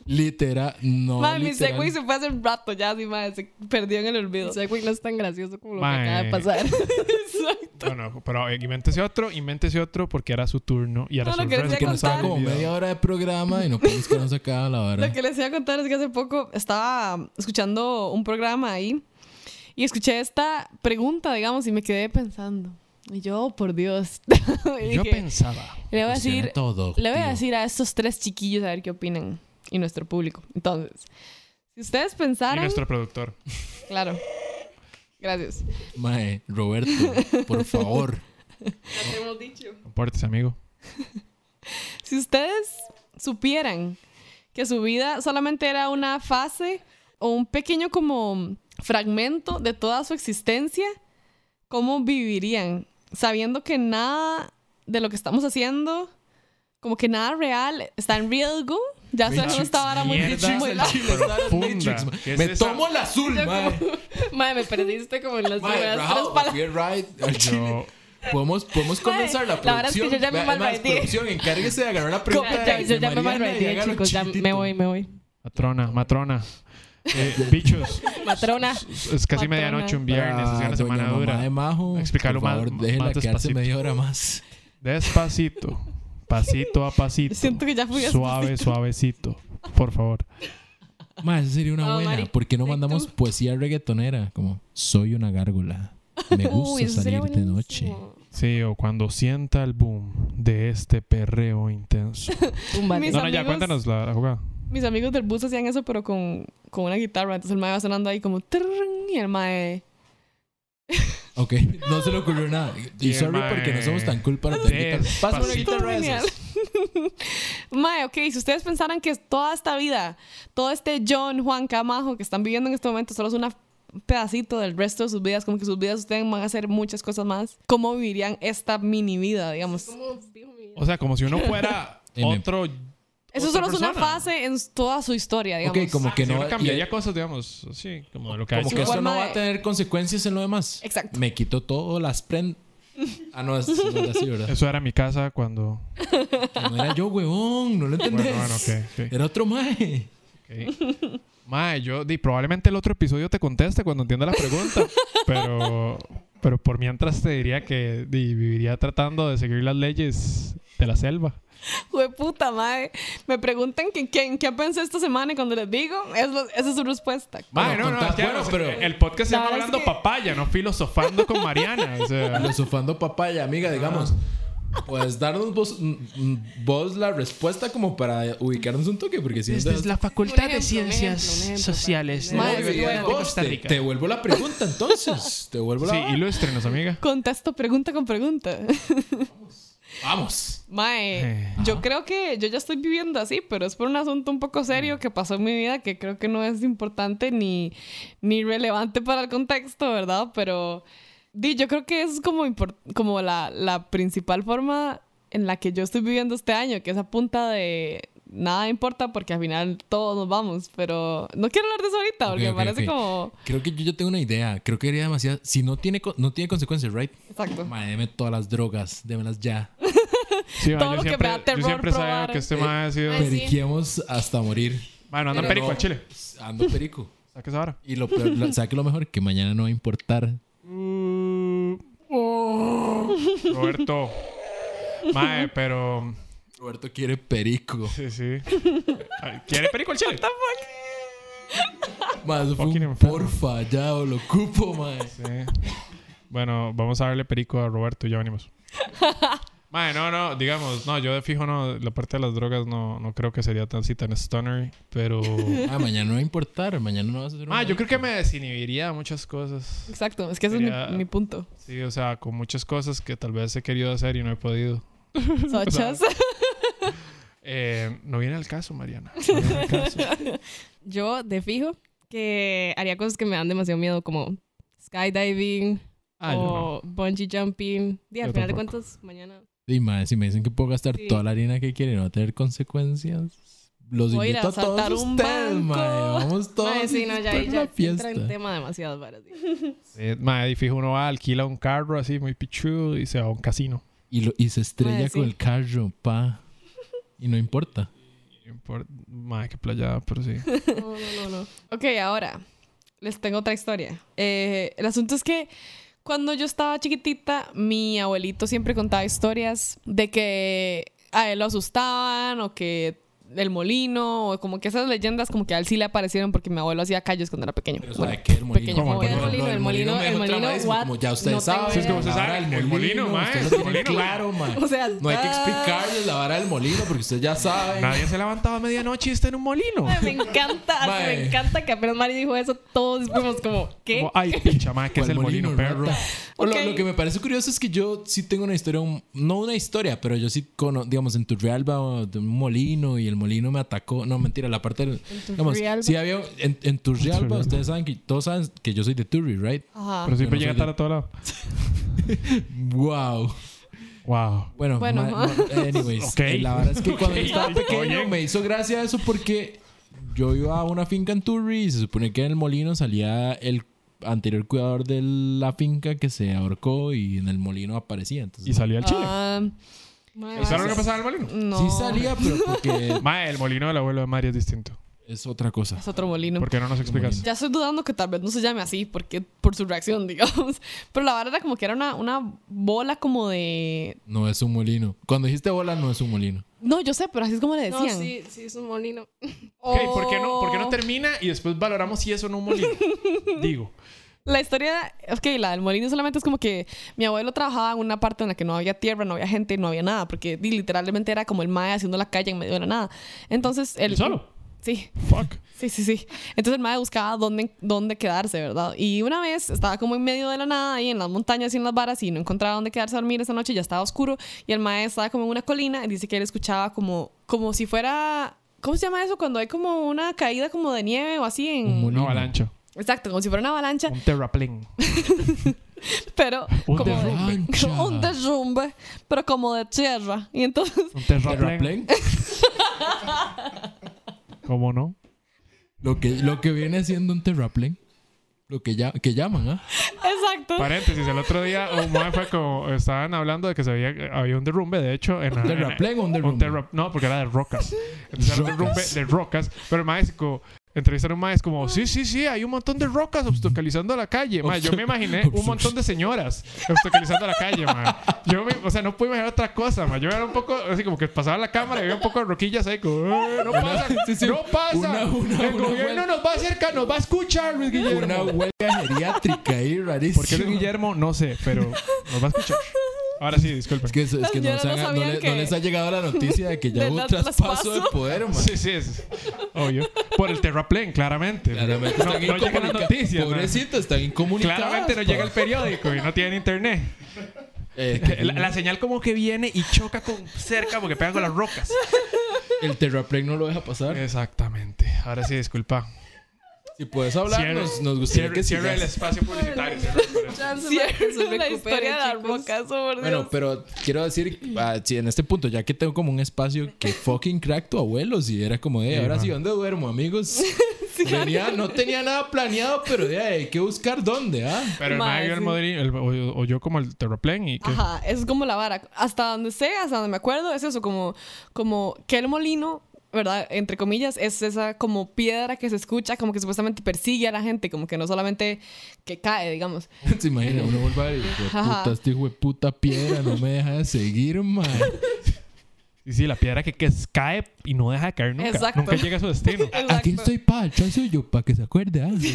[SPEAKER 2] Litera, no.
[SPEAKER 3] Madre, mi
[SPEAKER 2] literal.
[SPEAKER 3] segue se fue hace un rato ya, así, madre, se perdió en el olvido.
[SPEAKER 4] El Segway no es tan gracioso como lo
[SPEAKER 1] Mae.
[SPEAKER 4] que acaba de [laughs] pasar.
[SPEAKER 1] Bueno, pero eh, invéntese otro, invéntese otro porque era su turno y era
[SPEAKER 3] No,
[SPEAKER 1] su
[SPEAKER 3] lo que les
[SPEAKER 1] turno.
[SPEAKER 2] Que nos
[SPEAKER 3] contar.
[SPEAKER 2] queda como media hora de programa y no podemos quedarnos acá la
[SPEAKER 3] Lo
[SPEAKER 2] hora.
[SPEAKER 3] que les iba a contar es que hace poco estaba escuchando un programa ahí y escuché esta pregunta, digamos, y me quedé pensando. Y yo, "Oh, por Dios. [laughs] Y
[SPEAKER 1] Yo
[SPEAKER 3] dije,
[SPEAKER 1] pensaba.
[SPEAKER 3] le voy
[SPEAKER 2] Cuestiona
[SPEAKER 3] a decir
[SPEAKER 2] Pues todo,
[SPEAKER 3] Le voy a
[SPEAKER 2] tío.
[SPEAKER 3] decir a estos tres chiquillos a ver qué opinan y nuestro público. Entonces, si ustedes
[SPEAKER 1] Y
[SPEAKER 3] pensaran,
[SPEAKER 1] nuestro productor.
[SPEAKER 3] claro. Gracias.
[SPEAKER 4] [laughs]
[SPEAKER 2] Mae, Roberto, por favor.
[SPEAKER 4] Ya te hemos dicho.
[SPEAKER 1] Compórtese, amigo.
[SPEAKER 3] Si ustedes supieran que su vida solamente era una fase o un pequeño como fragmento de toda su existencia, ¿cómo vivirían? Sabiendo que nada de lo que estamos haciendo, como que nada real, está en riesgo. Ya se no estaba ahora muy,
[SPEAKER 1] Mierda.
[SPEAKER 3] muy
[SPEAKER 1] El
[SPEAKER 3] largo.
[SPEAKER 1] chile está en
[SPEAKER 2] Profunda.
[SPEAKER 1] Matrix, ma.
[SPEAKER 2] ¿Qué es
[SPEAKER 1] Me
[SPEAKER 2] Me
[SPEAKER 1] tomo
[SPEAKER 2] tomo el azul, mae.
[SPEAKER 4] Madre, me perdiste como en las primeras pues, tres
[SPEAKER 3] [laughs]
[SPEAKER 4] palabras.
[SPEAKER 1] Yo,
[SPEAKER 2] Podemos, podemos comenzar la
[SPEAKER 4] la verdad es que
[SPEAKER 2] producción.
[SPEAKER 4] yo ya me
[SPEAKER 2] Vea, es más,
[SPEAKER 4] malvendí.
[SPEAKER 2] producción, encárguese de agarrar la
[SPEAKER 4] Ya-
[SPEAKER 2] pregunta.
[SPEAKER 4] ya-
[SPEAKER 2] de-
[SPEAKER 4] yo
[SPEAKER 2] de
[SPEAKER 4] ya me
[SPEAKER 2] Mariana y
[SPEAKER 4] malvendí,
[SPEAKER 2] hágalo
[SPEAKER 4] chicos. Ya me
[SPEAKER 2] chiquitito.
[SPEAKER 4] voy, me [laughs] voy.
[SPEAKER 1] matrona, matrona. Eh, bichos,
[SPEAKER 4] Matrona.
[SPEAKER 1] es casi
[SPEAKER 4] Matrona.
[SPEAKER 1] medianoche un viernes, es
[SPEAKER 2] Ah,
[SPEAKER 1] una
[SPEAKER 2] doña
[SPEAKER 1] semana
[SPEAKER 2] mamá
[SPEAKER 1] dura.
[SPEAKER 2] de Majo,
[SPEAKER 1] Explícalo
[SPEAKER 2] por
[SPEAKER 1] más-
[SPEAKER 2] favor,
[SPEAKER 1] más
[SPEAKER 2] déjela quedarse
[SPEAKER 1] despacito.
[SPEAKER 2] media
[SPEAKER 1] [laughs]
[SPEAKER 2] hora más.
[SPEAKER 1] Despacito, pasito a pasito.
[SPEAKER 3] Siento que ya fui a
[SPEAKER 1] Suave, suavecito. Por favor.
[SPEAKER 2] Mae, esa sería una
[SPEAKER 4] No,
[SPEAKER 2] buena.
[SPEAKER 4] Mari,
[SPEAKER 2] ¿Por qué no
[SPEAKER 4] ¿y
[SPEAKER 2] mandamos
[SPEAKER 4] tú?
[SPEAKER 2] poesía reggaetonera? Como, soy una gárgola. Me gusta
[SPEAKER 4] eso sería
[SPEAKER 2] salir de noche.
[SPEAKER 4] buenísimo.
[SPEAKER 1] Sí, o cuando sienta el boom de este perreo intenso.
[SPEAKER 4] Túmbale.
[SPEAKER 3] [laughs] Mis
[SPEAKER 1] No,
[SPEAKER 4] [laughs]
[SPEAKER 1] no, ya
[SPEAKER 3] amigos-
[SPEAKER 1] cuéntanos la, la jugada.
[SPEAKER 3] Mis amigos del bus hacían eso, pero con, con una guitarra. Entonces el mae va sonando ahí como... "Trrrrrrrrrrrrrrrrrrrrrrrrrrrrrrrrrrrrrrrrrrrrrrrrrrrrrrrrr".
[SPEAKER 2] Ok, [laughs] no se le ocurrió nada. Y
[SPEAKER 1] Qué
[SPEAKER 2] sorry
[SPEAKER 1] mae.
[SPEAKER 2] porque no somos tan cool para tener guitarra. Pásame una
[SPEAKER 1] Despacito.
[SPEAKER 2] guitarra de
[SPEAKER 3] Genial.
[SPEAKER 2] esas.
[SPEAKER 3] [laughs] Mae, ok, si ustedes pensaran que toda esta vida, todo este John, Juan, Camajo que están viviendo en este momento solo es una- un pedacito del resto de sus vidas, como que sus vidas ustedes van a hacer muchas cosas más, ¿cómo vivirían esta mini vida, digamos?
[SPEAKER 1] O sea, como si uno fuera
[SPEAKER 2] M.
[SPEAKER 1] otro.
[SPEAKER 3] Eso
[SPEAKER 1] otra
[SPEAKER 3] solo es una
[SPEAKER 1] persona.
[SPEAKER 3] fase en toda su historia, digamos.
[SPEAKER 2] Ok, como que
[SPEAKER 1] Si
[SPEAKER 2] no.
[SPEAKER 1] uno
[SPEAKER 2] y-
[SPEAKER 1] cambiaría cosas, digamos, así, como de lo que ha
[SPEAKER 2] Como
[SPEAKER 1] hecho.
[SPEAKER 2] que eso
[SPEAKER 3] forma
[SPEAKER 2] no va
[SPEAKER 3] de-
[SPEAKER 2] a tener consecuencias en lo demás.
[SPEAKER 3] Exacto. [laughs]
[SPEAKER 2] Me quitó todo las prendas. Ah, no, eso no era así,
[SPEAKER 1] [laughs]
[SPEAKER 2] ¿verdad?
[SPEAKER 1] Eso era mi casa cuando.
[SPEAKER 2] No era yo, huevón. No lo entendés.
[SPEAKER 1] Bueno, bueno, ok.
[SPEAKER 2] Era otro mae.
[SPEAKER 5] [laughs]
[SPEAKER 1] ok, ok. Mae, yo di, probablemente el otro episodio te conteste cuando entienda la pregunta.
[SPEAKER 5] [laughs]
[SPEAKER 1] pero, pero por mientras te diría que di, viviría tratando de seguir las leyes de la selva.
[SPEAKER 3] Jueputa, mae. Me preguntan que, que- en qué pensé esta semana y cuando les digo, es lo- esa es su respuesta.
[SPEAKER 2] Mae,
[SPEAKER 1] Bueno,
[SPEAKER 2] no, no,
[SPEAKER 1] contá-
[SPEAKER 2] es que no, pero-
[SPEAKER 1] el podcast se
[SPEAKER 3] La
[SPEAKER 1] llama
[SPEAKER 3] verdad es
[SPEAKER 1] hablando
[SPEAKER 3] que-
[SPEAKER 1] papaya, no filosofando con Mariana. O sea,
[SPEAKER 5] [laughs]
[SPEAKER 2] Filosofando papaya, amiga, digamos. Pues darnos vos, mm, mm, vos la respuesta como para ubicarnos un toque, porque si no te-
[SPEAKER 5] Facultad
[SPEAKER 4] Un
[SPEAKER 5] de
[SPEAKER 4] ejemplo, un
[SPEAKER 5] Ciencias
[SPEAKER 4] ejemplo, un ejemplo,
[SPEAKER 5] Sociales de
[SPEAKER 3] para-
[SPEAKER 5] la
[SPEAKER 3] Madre,
[SPEAKER 5] Universidad
[SPEAKER 3] bueno.
[SPEAKER 5] de
[SPEAKER 2] Vos
[SPEAKER 5] Costa
[SPEAKER 2] te,
[SPEAKER 5] Rica.
[SPEAKER 2] te vuelvo la pregunta entonces. Te vuelvo la.
[SPEAKER 1] sí, ilústrenos, amiga.
[SPEAKER 3] Contesto pregunta con pregunta. [laughs]
[SPEAKER 2] Vamos.
[SPEAKER 1] Eh,
[SPEAKER 3] Mae, yo creo que yo ya estoy viviendo así, pero es por un asunto un poco
[SPEAKER 2] Mm.
[SPEAKER 3] serio que pasó en mi vida que creo que no es importante ni, ni relevante para el contexto, ¿verdad? Pero di, yo creo que es como, impor- como la, la principal forma en la que yo estoy viviendo este año, que es a punta de nada importa porque al final todos nos vamos, pero no quiero hablar de eso ahorita porque
[SPEAKER 2] Ok, ok,
[SPEAKER 3] me parece
[SPEAKER 2] ok.
[SPEAKER 3] como...
[SPEAKER 2] Creo que yo ya tengo una idea. Creo que era demasiado. Si no tiene, co- no tiene consecuencias, ¿right?
[SPEAKER 3] Exacto.
[SPEAKER 2] Madre, deme todas las drogas. Démelas ya.
[SPEAKER 1] sí, mae,
[SPEAKER 3] Todo
[SPEAKER 1] yo
[SPEAKER 3] lo que me
[SPEAKER 1] siempre,
[SPEAKER 3] da terror
[SPEAKER 1] yo siempre sabía
[SPEAKER 3] probar.
[SPEAKER 1] que este mae ha sido.
[SPEAKER 4] Ay, sí.
[SPEAKER 2] Periquemos hasta morir.
[SPEAKER 1] Bueno, anda en
[SPEAKER 2] Pero
[SPEAKER 1] perico
[SPEAKER 2] no,
[SPEAKER 1] en Chile.
[SPEAKER 2] Ando perico.
[SPEAKER 1] Saques ahora.
[SPEAKER 2] Y lo peor, lo, saque lo mejor, que mañana no va a importar.
[SPEAKER 3] [laughs]
[SPEAKER 1] Roberto. Mae, pero.
[SPEAKER 2] Roberto quiere perico.
[SPEAKER 1] Sí, sí. Ay, ¿Quiere perico el chile?
[SPEAKER 2] Más fue
[SPEAKER 1] Fucking
[SPEAKER 2] un
[SPEAKER 1] enfermo.
[SPEAKER 2] porfa, ya o lo ocupo, madre.
[SPEAKER 1] Sí. Bueno, vamos a darle perico a Roberto y ya
[SPEAKER 3] [laughs]
[SPEAKER 1] venimos. Mae, no, no, digamos, no, yo de fijo no, la parte de las drogas no, no creo que sería tan así tan stunner,
[SPEAKER 3] [laughs]
[SPEAKER 1] pero.
[SPEAKER 2] Ah, mañana no va a importar. Mañana no vas a hacer un
[SPEAKER 1] Mae, yo creo
[SPEAKER 2] perico.
[SPEAKER 1] que me desinhibiría de muchas cosas.
[SPEAKER 3] Exacto, es que ese es
[SPEAKER 1] Sería-
[SPEAKER 3] mi, mi punto.
[SPEAKER 1] Sí, o sea, con muchas cosas que tal vez he querido hacer y no he podido.
[SPEAKER 3] Sochas.
[SPEAKER 1] Eh, no viene al caso,
[SPEAKER 3] [laughs]
[SPEAKER 1] Mariana. No viene al caso.
[SPEAKER 4] [laughs] Yo, de fijo, que haría cosas que me dan demasiado miedo, como skydiving
[SPEAKER 1] Ah, yo
[SPEAKER 3] Oh.
[SPEAKER 1] no.
[SPEAKER 4] o bungee jumping. Y al
[SPEAKER 1] Yo
[SPEAKER 4] final de
[SPEAKER 1] tampoco.
[SPEAKER 4] cuentas, mañana
[SPEAKER 2] Y madre, si me dicen que puedo gastar
[SPEAKER 4] Sí.
[SPEAKER 2] toda la harina que quieren, no va a tener consecuencias. Los
[SPEAKER 3] Voy a ir
[SPEAKER 2] invito
[SPEAKER 3] a
[SPEAKER 2] a todos
[SPEAKER 3] asaltar un
[SPEAKER 2] ustedes,
[SPEAKER 3] banco.
[SPEAKER 2] madre. Vamos todos.
[SPEAKER 4] [laughs] Mae, sí, no, ya,
[SPEAKER 2] disfrutar
[SPEAKER 4] ahí ya
[SPEAKER 2] la fiesta.
[SPEAKER 4] entra en tema demasiado para ti.
[SPEAKER 1] Eh, mae, y fijo, uno va, alquila un carro así muy pichudo y se va a un casino.
[SPEAKER 2] Y, lo- y se estrella
[SPEAKER 4] Mae,
[SPEAKER 2] con
[SPEAKER 4] sí.
[SPEAKER 2] el carro, pa. Y no importa.
[SPEAKER 1] Por- Mae, qué playada, pero sí.
[SPEAKER 4] No, no, no, no.
[SPEAKER 3] Ok, ahora les tengo otra historia. Eh, el asunto es que cuando yo estaba chiquitita, mi abuelito siempre contaba historias de que a él lo asustaban o que el molino, o como que esas leyendas como que a él sí le aparecieron porque mi abuelo hacía callos cuando era pequeño.
[SPEAKER 2] Pero
[SPEAKER 3] Bueno,
[SPEAKER 2] ¿sabe qué? El molino.
[SPEAKER 3] pequeño.
[SPEAKER 1] ¿Cómo?
[SPEAKER 2] No,
[SPEAKER 1] El
[SPEAKER 2] no,
[SPEAKER 4] molino,
[SPEAKER 2] no,
[SPEAKER 4] el molino,
[SPEAKER 2] me
[SPEAKER 4] el
[SPEAKER 2] dejó
[SPEAKER 4] molino,
[SPEAKER 2] traumadísimo,
[SPEAKER 4] what?
[SPEAKER 2] Como ya ustedes
[SPEAKER 4] No tengo
[SPEAKER 2] saben.
[SPEAKER 4] Sí, es como
[SPEAKER 1] ustedes
[SPEAKER 2] La vara
[SPEAKER 1] saben,
[SPEAKER 2] del
[SPEAKER 1] el molino, mae,
[SPEAKER 2] ustedes
[SPEAKER 1] el
[SPEAKER 2] lo tienen
[SPEAKER 1] molino.
[SPEAKER 2] Claro, mae. [laughs]
[SPEAKER 3] O sea,
[SPEAKER 2] no hay que
[SPEAKER 3] ah.
[SPEAKER 2] explicarles la vara del molino porque ustedes ya
[SPEAKER 1] [laughs]
[SPEAKER 2] saben.
[SPEAKER 1] Nadie se levantaba a medianoche y está en un molino.
[SPEAKER 4] Ay, [laughs] me encanta, así,
[SPEAKER 2] Mae.
[SPEAKER 4] me encanta que apenas Mari dijo eso, todos fuimos como, ¿qué?
[SPEAKER 1] Como, Ay, pincha, mae, que es
[SPEAKER 2] ¿Cuál
[SPEAKER 1] el molino, perro.
[SPEAKER 3] [laughs]
[SPEAKER 2] rata? O lo-
[SPEAKER 3] Ok.
[SPEAKER 2] Lo, que me parece curioso es que yo sí tengo una historia, un- no una historia, pero yo sí, cono- digamos, en Turrialba, o de un molino y el molino me atacó. No, mentira, la parte del. Digamos,
[SPEAKER 4] Turrialba.
[SPEAKER 2] sí había. En, en Turrialba, ustedes saben que todos saben que yo soy de Turri, ¿right?
[SPEAKER 3] Ajá.
[SPEAKER 1] Pero siempre
[SPEAKER 2] Yo
[SPEAKER 1] llega
[SPEAKER 2] no soy
[SPEAKER 1] tarde
[SPEAKER 2] de-
[SPEAKER 1] a todo lado.
[SPEAKER 2] ¡Wow!
[SPEAKER 1] Wow.
[SPEAKER 2] Bueno,
[SPEAKER 3] Bueno,
[SPEAKER 2] ma- ma- anyways,
[SPEAKER 1] Ok.
[SPEAKER 2] eh, la verdad es que cuando yo estaba
[SPEAKER 1] Ok.
[SPEAKER 2] pequeño
[SPEAKER 1] Oye.
[SPEAKER 2] me hizo gracia eso porque yo iba a una finca en Turri y se supone que en el molino salía el anterior cuidador de la finca que se ahorcó y en el molino aparecía. Entonces,
[SPEAKER 1] Y salía el chile.
[SPEAKER 3] Ah,
[SPEAKER 4] Mae,
[SPEAKER 1] ¿Sabes lo que pasaba en el molino?
[SPEAKER 3] no.
[SPEAKER 2] Sí salía, pero
[SPEAKER 1] [laughs]
[SPEAKER 2] porque
[SPEAKER 1] Mae, el molino del abuelo de Mari es distinto.
[SPEAKER 2] es otra cosa.
[SPEAKER 3] Es otro molino.
[SPEAKER 1] ¿Por qué no nos explicas?
[SPEAKER 3] Ya estoy dudando que tal vez no se llame así, porque por su reacción, [laughs] digamos. Pero la verdad era como que era una, una bola como de...
[SPEAKER 2] No es un molino. Cuando dijiste bola, no es un molino.
[SPEAKER 3] No, yo sé, pero así es como le
[SPEAKER 4] no,
[SPEAKER 3] decían.
[SPEAKER 4] [laughs] sí, sí, es un molino.
[SPEAKER 1] Ok, ¿por qué, no, ¿por qué no
[SPEAKER 3] O-
[SPEAKER 1] termina y después valoramos si eso no un molino? Digo.
[SPEAKER 3] La historia, ok, la del molino solamente es como que mi abuelo trabajaba en una parte en la que no había tierra, no había gente, no había nada, porque di, literalmente era como el mae haciendo la calle en medio de la nada. Entonces, él...
[SPEAKER 1] ¿El solo?
[SPEAKER 3] Sí,
[SPEAKER 1] Fuck.
[SPEAKER 3] sí, sí, sí. Entonces el mae buscaba dónde, dónde quedarse, ¿verdad? Y una vez estaba como en medio de la nada, ahí en las montañas y en las varas, y no encontraba dónde quedarse a dormir esa noche, ya estaba oscuro, y el mae estaba como en una colina, y dice que él escuchaba como, como si fuera... ¿Cómo se llama eso? Cuando hay como una caída como de nieve o así
[SPEAKER 2] Un
[SPEAKER 3] en...
[SPEAKER 2] molino.
[SPEAKER 1] Una avalancha.
[SPEAKER 3] Exacto, como si fuera una avalancha,
[SPEAKER 1] Un terraplén.
[SPEAKER 3] pero
[SPEAKER 1] Un
[SPEAKER 3] como de-
[SPEAKER 2] Avalancha.
[SPEAKER 3] [laughs] un derrumbe, pero como de tierra. Y entonces, [laughs]
[SPEAKER 1] Un terraplén.
[SPEAKER 2] Terraplén.
[SPEAKER 1] ¿Cómo no?
[SPEAKER 2] Lo que, lo que viene siendo un terraplén. Lo que, ya, que llaman, ¿ah?
[SPEAKER 3] exacto.
[SPEAKER 1] Paréntesis, el otro día un mae fue como estaban hablando de que se había, había un derrumbe, de hecho, en la- en la-
[SPEAKER 2] ¿Terraplén o un derrumbe?
[SPEAKER 1] Ah. un terra- no, porque era de rocas. Entonces era un derrumbe
[SPEAKER 2] Rocas.
[SPEAKER 1] de rocas, pero el mae es como- entrevistaron a un mae es como, sí, sí, sí, hay un montón de rocas obstaculizando la calle. Mae, yo me imaginé un montón de señoras obstaculizando la calle, mae. Yo me- o sea, no pude imaginar otra cosa, mae. Yo era un poco, así como que pasaba la cámara y veía un poco de roquillas ahí como, "Eh, no pasa,
[SPEAKER 2] [laughs] sí, sí.
[SPEAKER 1] no pasa.
[SPEAKER 2] Una- una-
[SPEAKER 1] El
[SPEAKER 2] una
[SPEAKER 1] gobierno
[SPEAKER 2] vuelta.
[SPEAKER 1] nos va a acercar, nos va a escuchar, Luis Guillermo.
[SPEAKER 2] Una huelga geriátrica ahí, rarísima.
[SPEAKER 1] ¿Por qué Luis Guillermo? No sé, pero nos va a escuchar. Ahora sí, disculpen.
[SPEAKER 2] Es que, es que no,
[SPEAKER 3] Las señoras
[SPEAKER 2] se
[SPEAKER 3] no
[SPEAKER 2] han- no
[SPEAKER 3] sabían
[SPEAKER 2] le-
[SPEAKER 3] que-
[SPEAKER 2] no les ha llegado la noticia de que ya
[SPEAKER 3] Del
[SPEAKER 2] hubo un
[SPEAKER 3] traspaso.
[SPEAKER 2] traspaso de poder, man.
[SPEAKER 1] Sí, sí, es obvio. Por el terraplén, claramente.
[SPEAKER 2] Claramente
[SPEAKER 1] no,
[SPEAKER 2] están
[SPEAKER 1] no llegan las
[SPEAKER 2] incomunica-
[SPEAKER 1] noticias. ¿no?
[SPEAKER 2] Pobrecito, están incomunicados.
[SPEAKER 1] Claramente no
[SPEAKER 2] pa.
[SPEAKER 1] llega el periódico y no tienen internet.
[SPEAKER 2] Eh, que-
[SPEAKER 1] [laughs] La, la señal como que viene y choca con cerca porque pega con las rocas.
[SPEAKER 2] El terraplén no lo deja pasar.
[SPEAKER 1] Eh, Exactamente. Ahora sí, disculpa.
[SPEAKER 2] Si puedes hablar, nos, nos gustaría
[SPEAKER 1] Cierre,
[SPEAKER 2] Pues que
[SPEAKER 1] cierre el
[SPEAKER 2] sigas.
[SPEAKER 1] espacio publicitario. cierra el espacio.
[SPEAKER 4] [laughs]
[SPEAKER 3] Cierra la historia de las rocas, oh, por
[SPEAKER 2] Bueno,
[SPEAKER 3] Dios.
[SPEAKER 2] pero quiero decir, ah, sí, en este punto, ya que tengo como un espacio que fucking crack tu abuelo, si era como de,
[SPEAKER 1] Sí,
[SPEAKER 2] ahora
[SPEAKER 1] man.
[SPEAKER 2] sí, ¿dónde duermo,
[SPEAKER 3] [laughs]
[SPEAKER 2] amigos? Venía- no tenía nada planeado, pero de, hay que buscar dónde, ¿ah? [laughs]
[SPEAKER 1] Pero el
[SPEAKER 3] Madre,
[SPEAKER 1] mae vio el
[SPEAKER 3] sí.
[SPEAKER 1] Madrid, el- o- oyó como el terraplén y que.
[SPEAKER 3] Ajá, es como la vara. Hasta donde sé, hasta donde me acuerdo, es eso, como, como que el molino, ¿verdad? Entre comillas, es esa como piedra que se escucha, como que supuestamente persigue a la gente, como que no solamente que cae, digamos.
[SPEAKER 2] Se imagina, uno vuelve a ver,
[SPEAKER 3] Ajá.
[SPEAKER 2] puta, este hijo de puta piedra no me deja de seguir, man.
[SPEAKER 1] Y sí, la piedra que, que cae y no deja de caer nunca.
[SPEAKER 3] Exacto.
[SPEAKER 1] Nunca llega a su
[SPEAKER 3] [laughs]
[SPEAKER 1] destino.
[SPEAKER 2] Aquí
[SPEAKER 3] Exacto.
[SPEAKER 2] estoy para el chazo y yo, para que se acuerde, ¿ah?
[SPEAKER 1] Sí.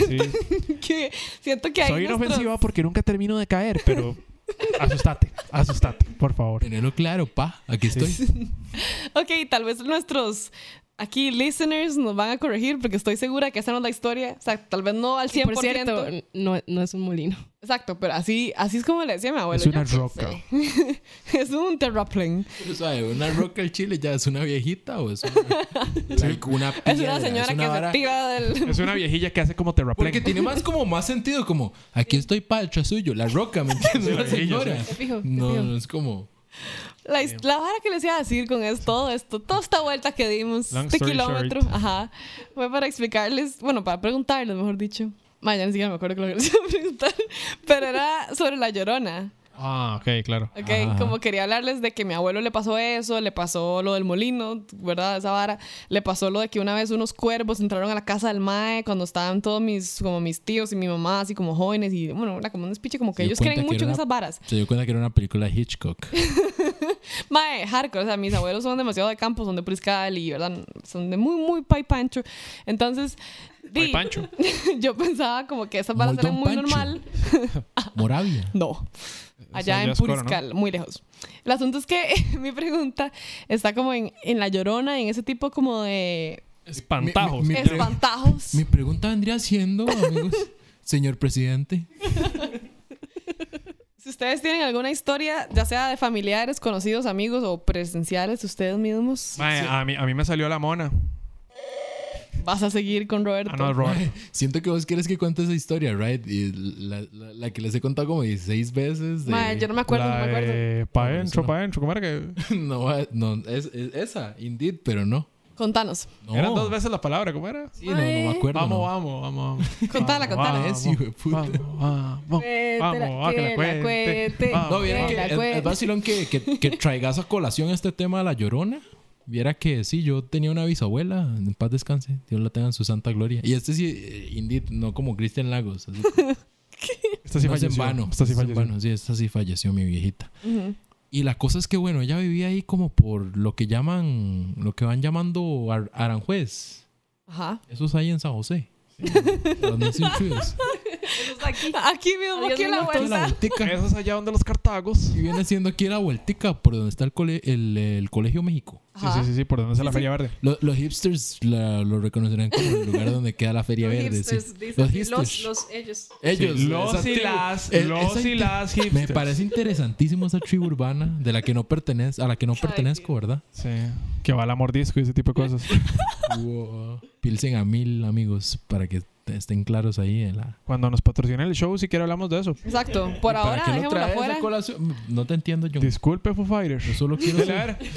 [SPEAKER 3] Que siento que hay
[SPEAKER 1] Soy
[SPEAKER 3] nuestros-
[SPEAKER 1] inofensiva porque nunca termino de caer,
[SPEAKER 3] [laughs]
[SPEAKER 1] pero asustate, asustate, por favor.
[SPEAKER 2] Tenerlo claro, pa, aquí estoy.
[SPEAKER 3] Ok, tal vez nuestros aquí listeners nos van a corregir porque estoy segura que esa no es la historia. O sea, tal vez no al 100%.
[SPEAKER 4] Por cierto, no, no es un molino.
[SPEAKER 3] Exacto, pero así, así es como le decía mi abuelo.
[SPEAKER 1] Es una
[SPEAKER 3] Yo
[SPEAKER 1] roca.
[SPEAKER 3] pensé. [laughs] es un terraplén.
[SPEAKER 2] Pero, ¿sabe? Una roca al chile ya es una viejita o
[SPEAKER 3] [laughs]
[SPEAKER 2] es una, like, una
[SPEAKER 3] Es
[SPEAKER 2] piedra,
[SPEAKER 3] una señora
[SPEAKER 2] es una
[SPEAKER 3] que
[SPEAKER 2] vara?
[SPEAKER 3] se tira del...
[SPEAKER 1] Es una viejilla que hace como terraplén.
[SPEAKER 2] Porque tiene más como más sentido como aquí estoy para el suyo, la roca, ¿me
[SPEAKER 1] Sí,
[SPEAKER 2] entiendes?
[SPEAKER 1] la
[SPEAKER 2] La señora.
[SPEAKER 1] viejilla,
[SPEAKER 4] sí. Te fijo, te
[SPEAKER 2] No,
[SPEAKER 4] fijo.
[SPEAKER 2] no es como
[SPEAKER 3] La, his- la vara que les iba a decir con esto, todo esto, toda esta vuelta que dimos,
[SPEAKER 1] Long
[SPEAKER 3] este
[SPEAKER 1] story
[SPEAKER 3] kilómetro, ajá, fue para explicarles, bueno, para [laughs] preguntarles, mejor dicho. Vaya, ni siquiera me acuerdo qué lo que les iba a preguntar, pero era sobre la llorona.
[SPEAKER 1] Ah, ok, claro.
[SPEAKER 3] Ok,
[SPEAKER 2] Ajá.
[SPEAKER 3] como quería hablarles de que mi abuelo le pasó eso, le pasó lo del molino, ¿verdad? Esa vara. Le pasó lo de que una vez unos cuervos entraron a la casa del mae cuando estaban todos mis, como mis tíos y mi mamá, así como jóvenes y, bueno, era como un despiche, como que
[SPEAKER 2] Se dio
[SPEAKER 3] ellos
[SPEAKER 2] cuenta
[SPEAKER 3] creen
[SPEAKER 2] que era
[SPEAKER 3] mucho
[SPEAKER 2] una-
[SPEAKER 3] en esas varas.
[SPEAKER 2] Se dio cuenta que era una película de [laughs] Hitchcock.
[SPEAKER 3] Mae, hardcore, o sea, mis abuelos son demasiado de campo, son de Priscal y, ¿verdad? Son de muy, muy pay pancho. Entonces, di,
[SPEAKER 1] Ay, Pancho.
[SPEAKER 3] [laughs] yo pensaba como que esas varas
[SPEAKER 2] Muy
[SPEAKER 3] eran
[SPEAKER 2] don
[SPEAKER 3] muy
[SPEAKER 2] Pancho.
[SPEAKER 3] normal.
[SPEAKER 2] Moravia.
[SPEAKER 3] No. Allá
[SPEAKER 1] ya
[SPEAKER 3] en
[SPEAKER 1] es coro, ¿no?
[SPEAKER 3] Puriscal, muy lejos. El asunto es que [laughs] mi pregunta está como en, en la llorona, en ese tipo como de
[SPEAKER 1] Espantajos.
[SPEAKER 2] Mi- mi- pre-
[SPEAKER 3] espantajos.
[SPEAKER 2] Mi pregunta vendría siendo, amigos, señor presidente.
[SPEAKER 3] Si ustedes tienen alguna historia, ya sea de familiares, conocidos, amigos o presenciales, ustedes mismos,
[SPEAKER 1] Mae, a, mí, a mí me salió la mona.
[SPEAKER 3] vas a seguir con Roberto.
[SPEAKER 1] Ah, no, Robert.
[SPEAKER 2] Siento que vos quieres que cuente esa historia, right? Y la, la- la que les he contado como 16 veces. de-
[SPEAKER 3] Mae, yo no me acuerdo, no me acuerdo.
[SPEAKER 1] Para
[SPEAKER 2] No, eso
[SPEAKER 1] adentro,
[SPEAKER 2] no.
[SPEAKER 1] para adentro. ¿Cómo era que.?
[SPEAKER 2] [laughs] No, va- no, es, es esa, indeed, pero no.
[SPEAKER 3] Contanos.
[SPEAKER 2] No.
[SPEAKER 1] Eran dos veces la palabra, ¿cómo era?
[SPEAKER 2] Sí, no, no me acuerdo.
[SPEAKER 1] Vamos,
[SPEAKER 2] no.
[SPEAKER 1] vamos, vamos,
[SPEAKER 2] Ah,
[SPEAKER 1] vamos.
[SPEAKER 3] Contala,
[SPEAKER 1] Vamos,
[SPEAKER 3] contala.
[SPEAKER 1] vamos,
[SPEAKER 2] Sí, hijo de [laughs] puta.
[SPEAKER 1] Vamos, vamos.
[SPEAKER 4] Cuéntela,
[SPEAKER 1] Vamos, ah, que la
[SPEAKER 4] que la cuente.
[SPEAKER 1] cuente. Ah, Vamos.
[SPEAKER 2] No, viera
[SPEAKER 4] Ay,
[SPEAKER 2] que
[SPEAKER 4] la
[SPEAKER 2] es,
[SPEAKER 1] pues.
[SPEAKER 4] cuenta.
[SPEAKER 2] es vacilón que,
[SPEAKER 1] [laughs]
[SPEAKER 2] que, que traigas a colación este tema de la llorona. Viera que sí, yo tenía una bisabuela, en paz descanse, Dios la tenga en su santa gloria. Y este sí, eh, indeed, no como Cristian Lagos. así que
[SPEAKER 1] Esta sí
[SPEAKER 2] no es en
[SPEAKER 1] falleció.
[SPEAKER 2] vano.
[SPEAKER 1] Esta sí
[SPEAKER 2] no es
[SPEAKER 1] falleció.
[SPEAKER 2] en vano, sí, esta sí falleció mi viejita.
[SPEAKER 3] Ujú.
[SPEAKER 2] Y la cosa es que, bueno, ella vivía ahí como por lo que llaman, lo que van llamando Ar- Aranjuez.
[SPEAKER 3] Ajá.
[SPEAKER 2] Esos ahí en San José. [laughs] Los no incluidos.
[SPEAKER 3] [laughs] Aquí mismo,
[SPEAKER 4] Adiós,
[SPEAKER 3] aquí en la
[SPEAKER 4] mi
[SPEAKER 2] Toda la
[SPEAKER 3] vuelta.
[SPEAKER 2] vueltica.
[SPEAKER 1] Eso es allá donde los cartagos.
[SPEAKER 2] Y viene siendo aquí la vueltica por donde está el, cole- el, el Colegio México.
[SPEAKER 1] Sí,
[SPEAKER 3] Ajá.
[SPEAKER 1] sí, sí, sí, por donde está la Feria Verde.
[SPEAKER 2] Lo- los hipsters la- lo reconocerán como el lugar donde queda la Feria Verde. sí. Los hipsters.
[SPEAKER 4] ellos.
[SPEAKER 2] ellos.
[SPEAKER 1] Sí, los
[SPEAKER 2] esa
[SPEAKER 1] y
[SPEAKER 2] tribu-
[SPEAKER 1] las-
[SPEAKER 2] e-
[SPEAKER 1] los
[SPEAKER 2] esa
[SPEAKER 1] y
[SPEAKER 2] inte-
[SPEAKER 1] las
[SPEAKER 2] Me
[SPEAKER 1] hipsters.
[SPEAKER 2] parece interesantísimo esa tribu urbana de la que no pertenezco, a la que no pertenezco, ¿verdad?
[SPEAKER 1] Sí. Que va la mordisco y ese tipo de cosas.
[SPEAKER 2] Wow. Pilsen a mil, amigos, para que te- estén claros ahí. en la-
[SPEAKER 1] Cuando nos patrocinen el show, siquiera hablamos de eso.
[SPEAKER 3] Exacto. Por
[SPEAKER 2] ¿Y para
[SPEAKER 3] ahora,
[SPEAKER 2] qué lo
[SPEAKER 3] dejémoslo
[SPEAKER 2] traes a
[SPEAKER 3] afuera.
[SPEAKER 2] colación? No te entiendo, John.
[SPEAKER 1] Disculpe, Foo
[SPEAKER 2] Yo
[SPEAKER 1] Fighters.
[SPEAKER 2] solo quiero
[SPEAKER 1] Dele,
[SPEAKER 2] saber-
[SPEAKER 1] a ver.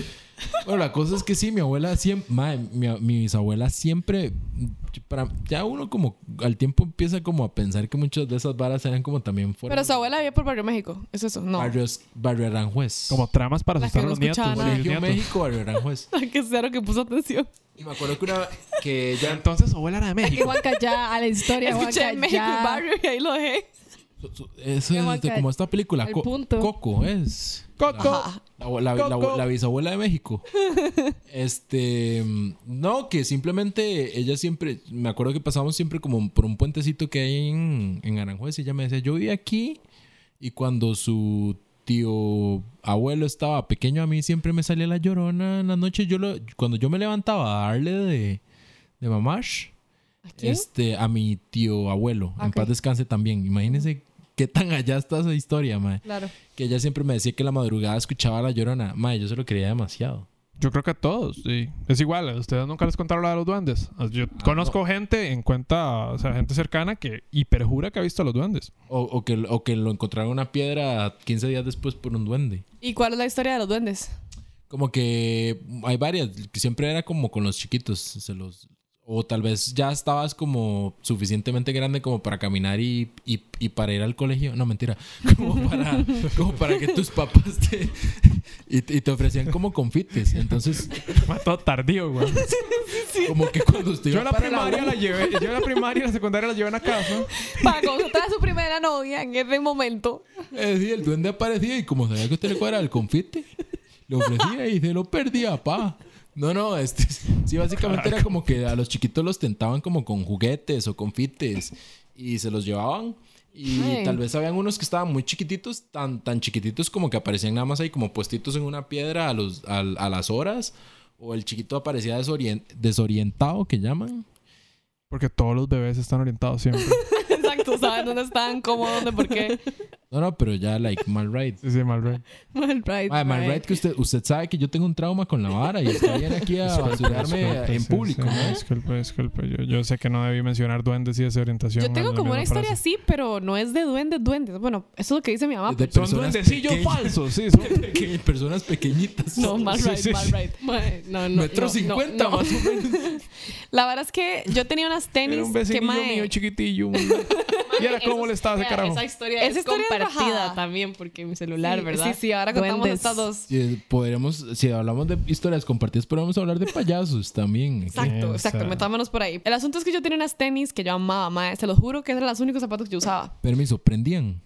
[SPEAKER 2] Bueno, la cosa es que sí, mi abuela siempre, mae, mi, mi bisabuela siempre, para, ya uno como al tiempo empieza como a pensar que muchas de esas varas eran como también fuera
[SPEAKER 3] Pero su abuela vivía por Barrio México. Es eso, no. [laughs]
[SPEAKER 2] barrios, barrio Aranjuez.
[SPEAKER 1] Como tramas para
[SPEAKER 3] La que
[SPEAKER 1] asustar a
[SPEAKER 3] no
[SPEAKER 1] los nietos.
[SPEAKER 2] Ah,
[SPEAKER 1] y
[SPEAKER 3] escuchaba
[SPEAKER 1] los
[SPEAKER 3] nada.
[SPEAKER 2] Colegio
[SPEAKER 1] nietos.
[SPEAKER 2] México, barrio Aranjuez.
[SPEAKER 3] que cero que puso atención.
[SPEAKER 2] Y me acuerdo que una que ella,
[SPEAKER 1] Entonces, abuela
[SPEAKER 3] [laughs]
[SPEAKER 1] era de
[SPEAKER 4] Que
[SPEAKER 1] México.
[SPEAKER 4] Juanca ya a la historia,
[SPEAKER 3] Escuché
[SPEAKER 4] Juanca
[SPEAKER 3] en México
[SPEAKER 4] ya.
[SPEAKER 3] y Barrio y ahí lo dejé.
[SPEAKER 2] eso es
[SPEAKER 4] Que Juanca-
[SPEAKER 2] este, como esta película,
[SPEAKER 4] al
[SPEAKER 2] Co-
[SPEAKER 4] punto.
[SPEAKER 2] Coco es.
[SPEAKER 1] Coco.
[SPEAKER 3] Ajá.
[SPEAKER 2] La, la- la-
[SPEAKER 1] Coco.
[SPEAKER 2] la bisabuela de
[SPEAKER 3] [laughs]
[SPEAKER 2] México. Este. mm, No, que simplemente ella siempre. Me acuerdo que pasábamos siempre como por un puentecito que hay en, en Aranjuez. Y ella me decía, yo vivía aquí. Y cuando su tío abuelo estaba pequeño, a mí siempre me salía la llorona en la noche. Yo lo, cuando yo me levantaba a darle de, de mamash.
[SPEAKER 3] ¿A quién?
[SPEAKER 2] Este, a mi tío abuelo. En
[SPEAKER 3] Ok.
[SPEAKER 2] paz descanse también. Imagínense qué tan allá está esa historia, mae.
[SPEAKER 3] Claro.
[SPEAKER 2] Que ella siempre me decía que en la madrugada escuchaba a la llorona. Madre, yo se lo creía demasiado.
[SPEAKER 1] Yo creo que a todos, sí. Es igual, a ustedes nunca les contaron la de los duendes. Yo conozco gente en cuenta, o sea, gente cercana que hiperjura que ha visto a los duendes.
[SPEAKER 2] O, o que, o que lo encontraron en una piedra 15 días después por un duende.
[SPEAKER 3] ¿Y cuál es la historia de los duendes?
[SPEAKER 2] Como que hay varias. que Siempre era como con los chiquitos. Se los, o tal vez ya estabas como suficientemente grande como para caminar y, y, y para ir al colegio. No, mentira. [laughs] Como para, como para que tus papás te... [laughs] Y, te- y te ofrecían como confites. Entonces,
[SPEAKER 1] Mató Ah, tardío, güey.
[SPEAKER 2] como que cuando usted iba
[SPEAKER 1] Yo la
[SPEAKER 2] para la
[SPEAKER 1] primaria
[SPEAKER 2] U-
[SPEAKER 1] la llevé, yo la primaria y la secundaria la llevé a una [laughs] casa.
[SPEAKER 3] Para consultar a su primera novia en ese momento.
[SPEAKER 2] Eh, sí, el duende aparecía y como sabía que usted le cuadra el confite, le ofrecía y se lo perdía, pa. No, no, este, sí, básicamente era como que a los chiquitos los tentaban como con juguetes o confites y se los llevaban. Y
[SPEAKER 3] Ay.
[SPEAKER 2] tal vez habían unos que estaban muy chiquititos, tan, tan chiquititos como que aparecían nada más ahí como puestitos en una piedra a, los, a, a las horas. O el chiquito aparecía desorien- desorientado, que llaman.
[SPEAKER 1] Porque todos los bebés están orientados siempre.
[SPEAKER 3] Exacto, saben dónde están, cómo, dónde, por qué.
[SPEAKER 2] No, no, pero ya, like, mal right.
[SPEAKER 1] Sí, sí, mal, güey.
[SPEAKER 3] Mal right,
[SPEAKER 2] Madre, man, right que usted, usted sabe que yo tengo un trauma con la vara y está bien aquí
[SPEAKER 1] [laughs]
[SPEAKER 2] a basurarme
[SPEAKER 1] Disculpe,
[SPEAKER 2] en
[SPEAKER 1] sí,
[SPEAKER 2] público.
[SPEAKER 1] sí,
[SPEAKER 2] ¿no?
[SPEAKER 1] Disculpe, disculpe. Yo, yo sé que no debí mencionar duendes y desorientación.
[SPEAKER 3] Yo tengo
[SPEAKER 1] en la
[SPEAKER 3] como
[SPEAKER 1] misma
[SPEAKER 3] una historia
[SPEAKER 1] frase.
[SPEAKER 3] así, pero no es de duendes, duendes. Bueno, eso es lo que dice mi mamá.
[SPEAKER 2] De
[SPEAKER 1] Son
[SPEAKER 2] personas
[SPEAKER 1] duendecillos
[SPEAKER 2] pequeñas.
[SPEAKER 1] falsos,
[SPEAKER 2] [laughs]
[SPEAKER 1] sí. Son...
[SPEAKER 2] Que personas pequeñitas.
[SPEAKER 3] No, mal
[SPEAKER 1] Sí,
[SPEAKER 3] right,
[SPEAKER 1] sí,
[SPEAKER 3] mal
[SPEAKER 1] sí.
[SPEAKER 3] right.
[SPEAKER 4] Mae, No, no.
[SPEAKER 2] Metro
[SPEAKER 4] no,
[SPEAKER 2] cincuenta
[SPEAKER 4] no, no.
[SPEAKER 2] más o menos.
[SPEAKER 3] La verdad es que yo tenía unas tenis
[SPEAKER 1] Era un
[SPEAKER 3] que
[SPEAKER 1] vecinillo
[SPEAKER 3] mae, [laughs]
[SPEAKER 1] mío chiquitillo. man. y era
[SPEAKER 4] Eso
[SPEAKER 1] como
[SPEAKER 4] es-
[SPEAKER 1] le estaba ese
[SPEAKER 4] vea,
[SPEAKER 1] carajo.
[SPEAKER 4] Esa historia
[SPEAKER 3] Esa
[SPEAKER 4] es
[SPEAKER 3] historia
[SPEAKER 4] divertida
[SPEAKER 3] rajada.
[SPEAKER 4] también, porque mi celular,
[SPEAKER 3] Sí,
[SPEAKER 4] ¿verdad?
[SPEAKER 3] Sí, sí, ahora contamos
[SPEAKER 4] Duendes.
[SPEAKER 3] estas dos.
[SPEAKER 2] Si podríamos, si hablamos de historias compartidas, podríamos hablar de payasos también.
[SPEAKER 1] Sí,
[SPEAKER 3] Exacto,
[SPEAKER 1] o
[SPEAKER 3] exacto,
[SPEAKER 1] sea.
[SPEAKER 3] metámonos por ahí. El asunto es que yo tenía unas tenis que yo amaba, mae. Se los juro que eran los únicos zapatos que yo usaba.
[SPEAKER 2] Permiso, prendían.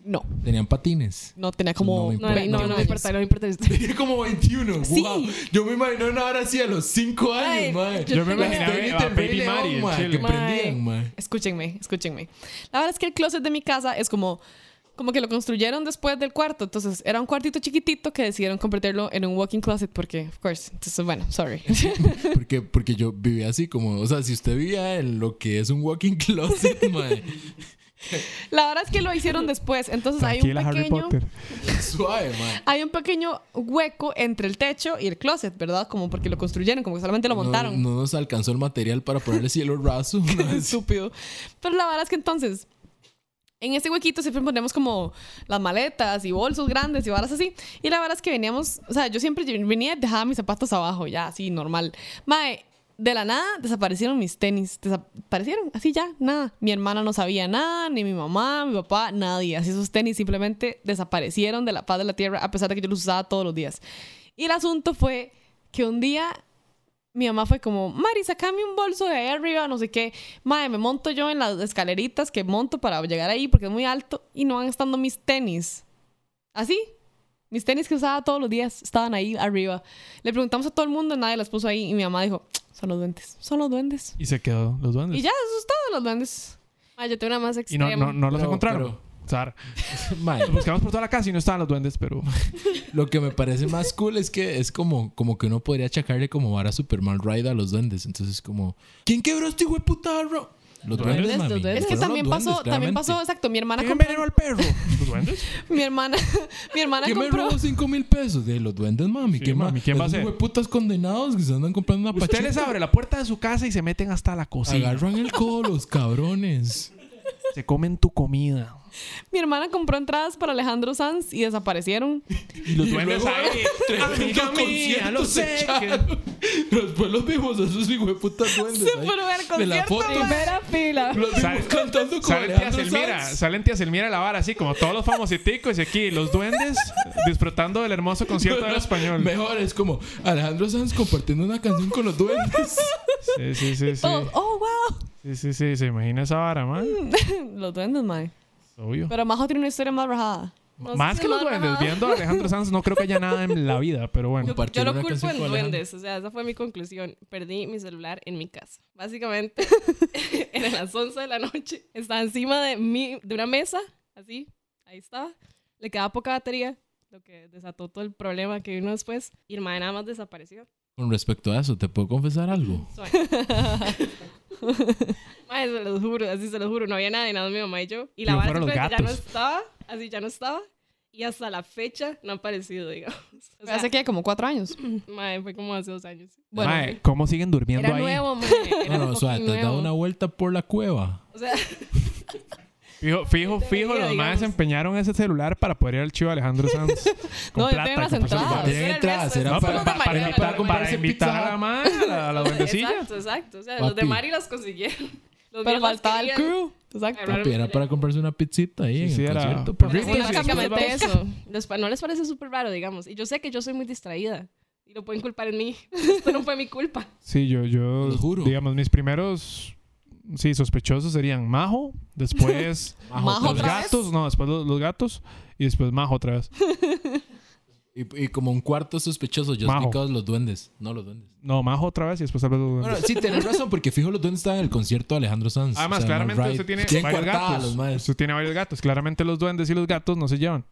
[SPEAKER 3] No,
[SPEAKER 2] Tenían patines.
[SPEAKER 3] no tenía como.
[SPEAKER 2] No me
[SPEAKER 4] No,
[SPEAKER 3] 21
[SPEAKER 4] no, no, me
[SPEAKER 3] años.
[SPEAKER 4] importa, no me importa.
[SPEAKER 2] Tenía como 21.
[SPEAKER 3] Sí.
[SPEAKER 2] Wow. Yo me imagino una hora así a los 5
[SPEAKER 3] Ay,
[SPEAKER 2] años, mae.
[SPEAKER 1] Yo me
[SPEAKER 2] Las
[SPEAKER 1] imaginaba
[SPEAKER 2] tenis
[SPEAKER 1] a
[SPEAKER 2] del Rey
[SPEAKER 1] Baby
[SPEAKER 2] León,
[SPEAKER 1] Mari en
[SPEAKER 2] mae,
[SPEAKER 1] Chile.
[SPEAKER 2] que
[SPEAKER 1] Mae.
[SPEAKER 2] prendían, mae.
[SPEAKER 3] Escúchenme, escúchenme. La verdad es que el closet de mi casa es como como que lo construyeron después del cuarto, entonces era un cuartito chiquitito que decidieron convertirlo en un walking closet porque of course. Entonces, bueno, sorry. [laughs]
[SPEAKER 2] [laughs] Porque, porque yo vivía así como, o sea, si usted vivía en lo que es un walking [laughs] closet, mae,
[SPEAKER 3] La verdad es que lo hicieron después, entonces hay un
[SPEAKER 1] Tranquila, Harry
[SPEAKER 3] pequeño
[SPEAKER 1] Potter.
[SPEAKER 2] suave, mae.
[SPEAKER 3] hay un pequeño hueco entre el techo y el closet, ¿verdad? Como porque lo construyeron, como que solamente lo
[SPEAKER 2] No-
[SPEAKER 3] montaron.
[SPEAKER 2] No, nos alcanzó el material para ponerle cielo
[SPEAKER 3] [laughs]
[SPEAKER 2] raso. [laughs] mae.
[SPEAKER 3] estúpido. Pero la verdad es que entonces, en ese huequito siempre ponemos como las maletas y bolsos grandes y varas así. Y la verdad es que veníamos, o sea, yo siempre lle- venía y dejaba mis zapatos abajo, ya así, normal. Mae, de la nada desaparecieron mis tenis, desaparecieron, así ya, nada. Mi hermana no sabía nada, ni mi mamá, mi papá, nadie. Así esos tenis simplemente desaparecieron de la paz de la tierra, a pesar de que yo los usaba todos los días. Y el asunto fue que un día mi mamá fue como, Mari, sacame un bolso de ahí arriba, no sé qué. Madre, me monto yo en las escaleritas que monto para llegar ahí porque es muy alto y no van estando mis tenis. Así. Mis tenis que usaba todos los días estaban ahí arriba. Le preguntamos a todo el mundo, nadie las puso ahí y mi mamá dijo, son los duendes, son los duendes.
[SPEAKER 1] Y se quedó los duendes.
[SPEAKER 3] Y ya, eso es todo, los duendes.
[SPEAKER 4] Ah, yo tengo una más
[SPEAKER 1] Y
[SPEAKER 4] extrema.
[SPEAKER 1] no, no, no los
[SPEAKER 2] Pero-
[SPEAKER 1] encontraron. O sea,
[SPEAKER 2] Mae,
[SPEAKER 3] Pues,
[SPEAKER 1] los buscamos por toda la casa y no estaban los duendes, pero
[SPEAKER 2] Lo que me parece más cool es que es como, como que uno podría achacarle como vara Superman Ride a los duendes. Entonces, como, ¿quién quebró este hijo de puta arro? Los duendes,
[SPEAKER 4] Duendes,
[SPEAKER 2] mami.
[SPEAKER 4] los duendes.
[SPEAKER 3] Es que
[SPEAKER 2] Fueron los
[SPEAKER 3] también pasó,
[SPEAKER 2] duendes,
[SPEAKER 3] también
[SPEAKER 2] claramente.
[SPEAKER 3] pasó, exacto, mi hermana
[SPEAKER 1] ¿quién
[SPEAKER 3] compró,
[SPEAKER 1] envenenó al perro? [laughs] ¿Los duendes?
[SPEAKER 3] mi hermana, [laughs] mi hermana
[SPEAKER 2] ¿Quién me
[SPEAKER 3] compró.
[SPEAKER 2] robó 5 mil pesos? De los duendes, mami.
[SPEAKER 1] Sí,
[SPEAKER 2] ¿Quién,
[SPEAKER 1] mami,
[SPEAKER 2] ma-
[SPEAKER 1] ¿quién va a
[SPEAKER 2] esos
[SPEAKER 1] ser?
[SPEAKER 2] hueputas condenados que se andan comprando una
[SPEAKER 1] Pues Usted les
[SPEAKER 2] pachita.
[SPEAKER 1] abre la puerta de su casa y se meten hasta la cocina.
[SPEAKER 2] Agarran el codo los cabrones.
[SPEAKER 1] Se comen tu comida.
[SPEAKER 3] Mi hermana compró entradas para Alejandro Sanz y desaparecieron.
[SPEAKER 2] Y los
[SPEAKER 1] duendes
[SPEAKER 2] [laughs]
[SPEAKER 1] ahí, [laughs] amiga mía, lo sé
[SPEAKER 2] Después los vimos a esos hijo [laughs]
[SPEAKER 1] [laughs]
[SPEAKER 2] de putas duendes.
[SPEAKER 3] Se
[SPEAKER 2] ahí.
[SPEAKER 3] fueron al
[SPEAKER 2] De la
[SPEAKER 3] concierto,
[SPEAKER 2] foto.
[SPEAKER 3] mae.
[SPEAKER 4] Primera fila.
[SPEAKER 2] Los vimos
[SPEAKER 1] Sale-
[SPEAKER 2] cantando con
[SPEAKER 1] Salen tías
[SPEAKER 2] Alejandro
[SPEAKER 1] Elmira,
[SPEAKER 2] Sanz.
[SPEAKER 1] salen tías Elmira a la vara, así como todos los famositicos y aquí los duendes disfrutando del hermoso concierto del español.
[SPEAKER 2] [laughs] Mejor es como Alejandro Sanz compartiendo una canción con los duendes.
[SPEAKER 1] [laughs] Sí, sí, sí, sí.
[SPEAKER 3] Todos, oh, wow.
[SPEAKER 1] Sí, sí, sí, se imagina esa vara, man.
[SPEAKER 3] Los duendes, mae. [laughs]
[SPEAKER 1] Obvio.
[SPEAKER 3] Pero Majo tiene una historia más rajada.
[SPEAKER 4] No sé
[SPEAKER 1] Más
[SPEAKER 4] si
[SPEAKER 1] que los
[SPEAKER 4] lo han
[SPEAKER 1] duendes,
[SPEAKER 4] bajado.
[SPEAKER 1] viendo a Alejandro Sanz no creo que haya nada en la vida, pero bueno.
[SPEAKER 4] Yo,
[SPEAKER 2] Compartir
[SPEAKER 4] yo lo
[SPEAKER 2] una
[SPEAKER 4] culpo
[SPEAKER 2] canción
[SPEAKER 4] en
[SPEAKER 2] con Alejandro.
[SPEAKER 4] duendes, o sea, esa fue mi conclusión. Perdí mi celular en mi casa. Básicamente, [laughs] eran las 11 de la noche, estaba encima de, mi, de una mesa, así, ahí estaba. Le quedaba poca batería, lo que desató todo el problema que vino después. Y el mae nada más desapareció.
[SPEAKER 2] Con respecto a eso, ¿te puedo confesar algo?
[SPEAKER 4] Suave. Mae, se los juro, así se los juro. No había nadie, nada más mi mamá y yo. Y la
[SPEAKER 1] Pero
[SPEAKER 4] vara
[SPEAKER 1] fueron los
[SPEAKER 4] simplemente ya no
[SPEAKER 1] gatos.
[SPEAKER 4] estaba, así ya no estaba. Y hasta la fecha no ha aparecido, digamos. O sea,
[SPEAKER 3] hace que como cuatro años.
[SPEAKER 4] mae, fue como hace dos años.
[SPEAKER 3] Bueno,
[SPEAKER 1] Mae, ¿cómo siguen durmiendo
[SPEAKER 4] Era
[SPEAKER 1] ahí?
[SPEAKER 3] [laughs]
[SPEAKER 4] nuevo, mae. [laughs] Era
[SPEAKER 2] No, no,
[SPEAKER 4] un
[SPEAKER 2] suave, te
[SPEAKER 4] poquín
[SPEAKER 2] has dado
[SPEAKER 4] nuevo.
[SPEAKER 2] una vuelta por la cueva.
[SPEAKER 4] O sea,
[SPEAKER 1] Fijo, fijo, fijo,
[SPEAKER 4] Debería,
[SPEAKER 1] los más
[SPEAKER 4] digamos.
[SPEAKER 1] empeñaron ese celular para poder ir al chivo de Alejandro Sanz. Con
[SPEAKER 3] No, yo tengo unas
[SPEAKER 1] con pesos de-
[SPEAKER 3] entradas. Era
[SPEAKER 2] Tienen
[SPEAKER 4] el
[SPEAKER 2] entradas,
[SPEAKER 4] resto,
[SPEAKER 2] era
[SPEAKER 1] No,
[SPEAKER 4] eso
[SPEAKER 1] para,
[SPEAKER 4] es
[SPEAKER 2] para,
[SPEAKER 4] una
[SPEAKER 1] para- para
[SPEAKER 4] manera.
[SPEAKER 1] invitar, para
[SPEAKER 2] comprarse
[SPEAKER 1] invitar
[SPEAKER 2] pizza.
[SPEAKER 1] a la madre, a la, a la duendecilla.
[SPEAKER 4] exacto, exacto. O sea, los de
[SPEAKER 2] Papi.
[SPEAKER 4] Mari los consiguieron. Los míos
[SPEAKER 3] pero
[SPEAKER 4] los
[SPEAKER 3] faltaba el
[SPEAKER 4] querían.
[SPEAKER 3] crew. Exacto.
[SPEAKER 2] Papi, era para comprarse una pizzita ahí
[SPEAKER 1] Sí,
[SPEAKER 2] en
[SPEAKER 1] sí,
[SPEAKER 2] el
[SPEAKER 1] era-
[SPEAKER 2] concierto. pues.
[SPEAKER 1] Pero
[SPEAKER 4] Pero
[SPEAKER 1] Ricos,
[SPEAKER 4] sí, básicamente
[SPEAKER 3] sí, sí.
[SPEAKER 4] eso. Les pa- no les parece súper raro, digamos. Y yo sé que yo soy muy distraída. Y lo pueden culpar en mí. [laughs] Esto no fue mi culpa.
[SPEAKER 1] Sí, yo, yo,
[SPEAKER 2] Lo juro.
[SPEAKER 1] digamos, mis primeros, sí, sospechosos serían Majo, después
[SPEAKER 3] [laughs] Majo
[SPEAKER 1] los
[SPEAKER 3] otra vez.
[SPEAKER 1] gatos, no, después los, los gatos y después Majo otra vez.
[SPEAKER 2] Y, y como un cuarto sospechoso, yo
[SPEAKER 1] Majo.
[SPEAKER 2] explicados los duendes. No, los duendes.
[SPEAKER 1] No, Majo otra vez y después tal vez los
[SPEAKER 2] Bueno,
[SPEAKER 1] duendes.
[SPEAKER 2] sí, tenés razón, porque fijo, los duendes estaban en el concierto de Alejandro Sanz.
[SPEAKER 1] Además,
[SPEAKER 2] O sea, no,
[SPEAKER 1] claramente
[SPEAKER 2] right.
[SPEAKER 1] usted tiene
[SPEAKER 2] ¿Quién
[SPEAKER 1] varios
[SPEAKER 2] coartaba a
[SPEAKER 1] gatos.
[SPEAKER 2] los maes?
[SPEAKER 1] Usted tiene varios gatos. Claramente los duendes y los gatos no se
[SPEAKER 3] [laughs]
[SPEAKER 1] llevan.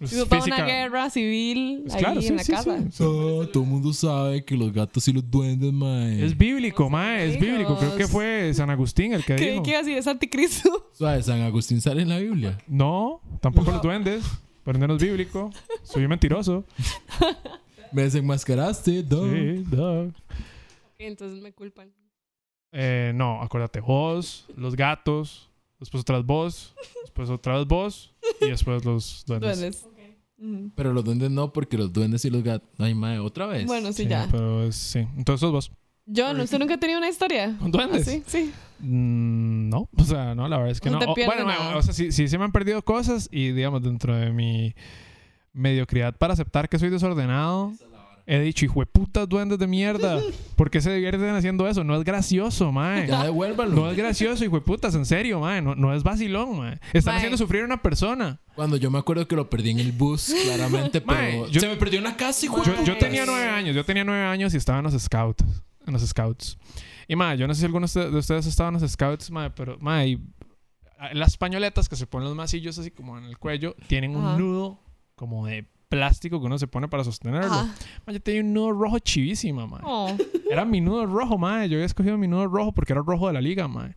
[SPEAKER 1] Es
[SPEAKER 3] Hubo toda una
[SPEAKER 1] física.
[SPEAKER 3] guerra civil
[SPEAKER 1] Pues
[SPEAKER 3] ahí
[SPEAKER 1] claro,
[SPEAKER 3] en
[SPEAKER 1] sí,
[SPEAKER 3] la
[SPEAKER 1] sí,
[SPEAKER 3] casa.
[SPEAKER 1] sí.
[SPEAKER 2] Ah, todo el mundo sabe que los gatos y los duendes, mae.
[SPEAKER 1] Es bíblico,
[SPEAKER 4] Los
[SPEAKER 1] ma, es bíblico. Creo que
[SPEAKER 4] amigos.
[SPEAKER 1] fue San Agustín el que
[SPEAKER 3] ¿Qué,
[SPEAKER 1] dijo.
[SPEAKER 3] ¿Qué iba a decir?
[SPEAKER 1] [laughs]
[SPEAKER 3] Es anticristo.
[SPEAKER 2] ¿Sabes? San Agustín sale en la Biblia.
[SPEAKER 1] No, tampoco los duendes. Pero no es bíblico. Soy un mentiroso.
[SPEAKER 2] Me desenmascaraste, duh.
[SPEAKER 1] Sí, duh.
[SPEAKER 4] Ok, entonces me
[SPEAKER 2] [laughs]
[SPEAKER 4] culpan.
[SPEAKER 1] Eh, no, acuérdate, vos, los gatos, después otra vez vos, después otra vez vos y después los duendes.
[SPEAKER 3] Duendes. Mm.
[SPEAKER 2] Pero los duendes no, porque los duendes y los gatos. Ay, mae, otra vez.
[SPEAKER 3] Bueno,
[SPEAKER 1] Sí,
[SPEAKER 3] sí,
[SPEAKER 1] pues.
[SPEAKER 3] ya.
[SPEAKER 1] Pero es- sí, entonces sos vos.
[SPEAKER 3] John, ¿usted nunca ha tenido una historia? ¿Ah,
[SPEAKER 1] ¿Con duendes?
[SPEAKER 3] Sí, sí.
[SPEAKER 1] Mm, No, o sea, no, la verdad es que
[SPEAKER 3] No
[SPEAKER 1] no.
[SPEAKER 3] te
[SPEAKER 1] O-
[SPEAKER 3] pierdes
[SPEAKER 1] bueno,
[SPEAKER 3] nada.
[SPEAKER 1] o sea, sí, sí se me han perdido cosas y, digamos, dentro de mi mediocridad para aceptar que soy desordenado, he dicho, hijo de putas duendes de
[SPEAKER 3] [laughs]
[SPEAKER 1] mierda, ¿por qué se divierten haciendo eso? No es gracioso, mae.
[SPEAKER 2] Ya devuélvanlo.
[SPEAKER 1] No es gracioso, hijo de putas, en serio, mae. No, no es vacilón, mae. Están
[SPEAKER 3] Mae.
[SPEAKER 1] haciendo sufrir a una persona.
[SPEAKER 2] Cuando yo me acuerdo que lo perdí en el bus,
[SPEAKER 1] [laughs]
[SPEAKER 2] claramente, pero
[SPEAKER 1] Mae, yo-
[SPEAKER 2] se me perdió en la casa, hijo de
[SPEAKER 1] Yo, yo
[SPEAKER 2] putas.
[SPEAKER 1] tenía nueve años, yo tenía nueve años y estaba en los scouts. En los scouts. Y mae, yo no sé si alguno de ustedes estaba en los scouts, mae, pero mae, y, ah, las pañoletas que se ponen los masillos así como en el cuello tienen
[SPEAKER 3] Ajá.
[SPEAKER 1] un nudo como de plástico que uno se pone para sostenerlo.
[SPEAKER 3] Ajá.
[SPEAKER 1] Mae, yo tenía un nudo rojo chivísima, mae.
[SPEAKER 3] Oh.
[SPEAKER 1] Era mi nudo rojo, mae. Yo había escogido mi nudo rojo porque era rojo de la liga, mae.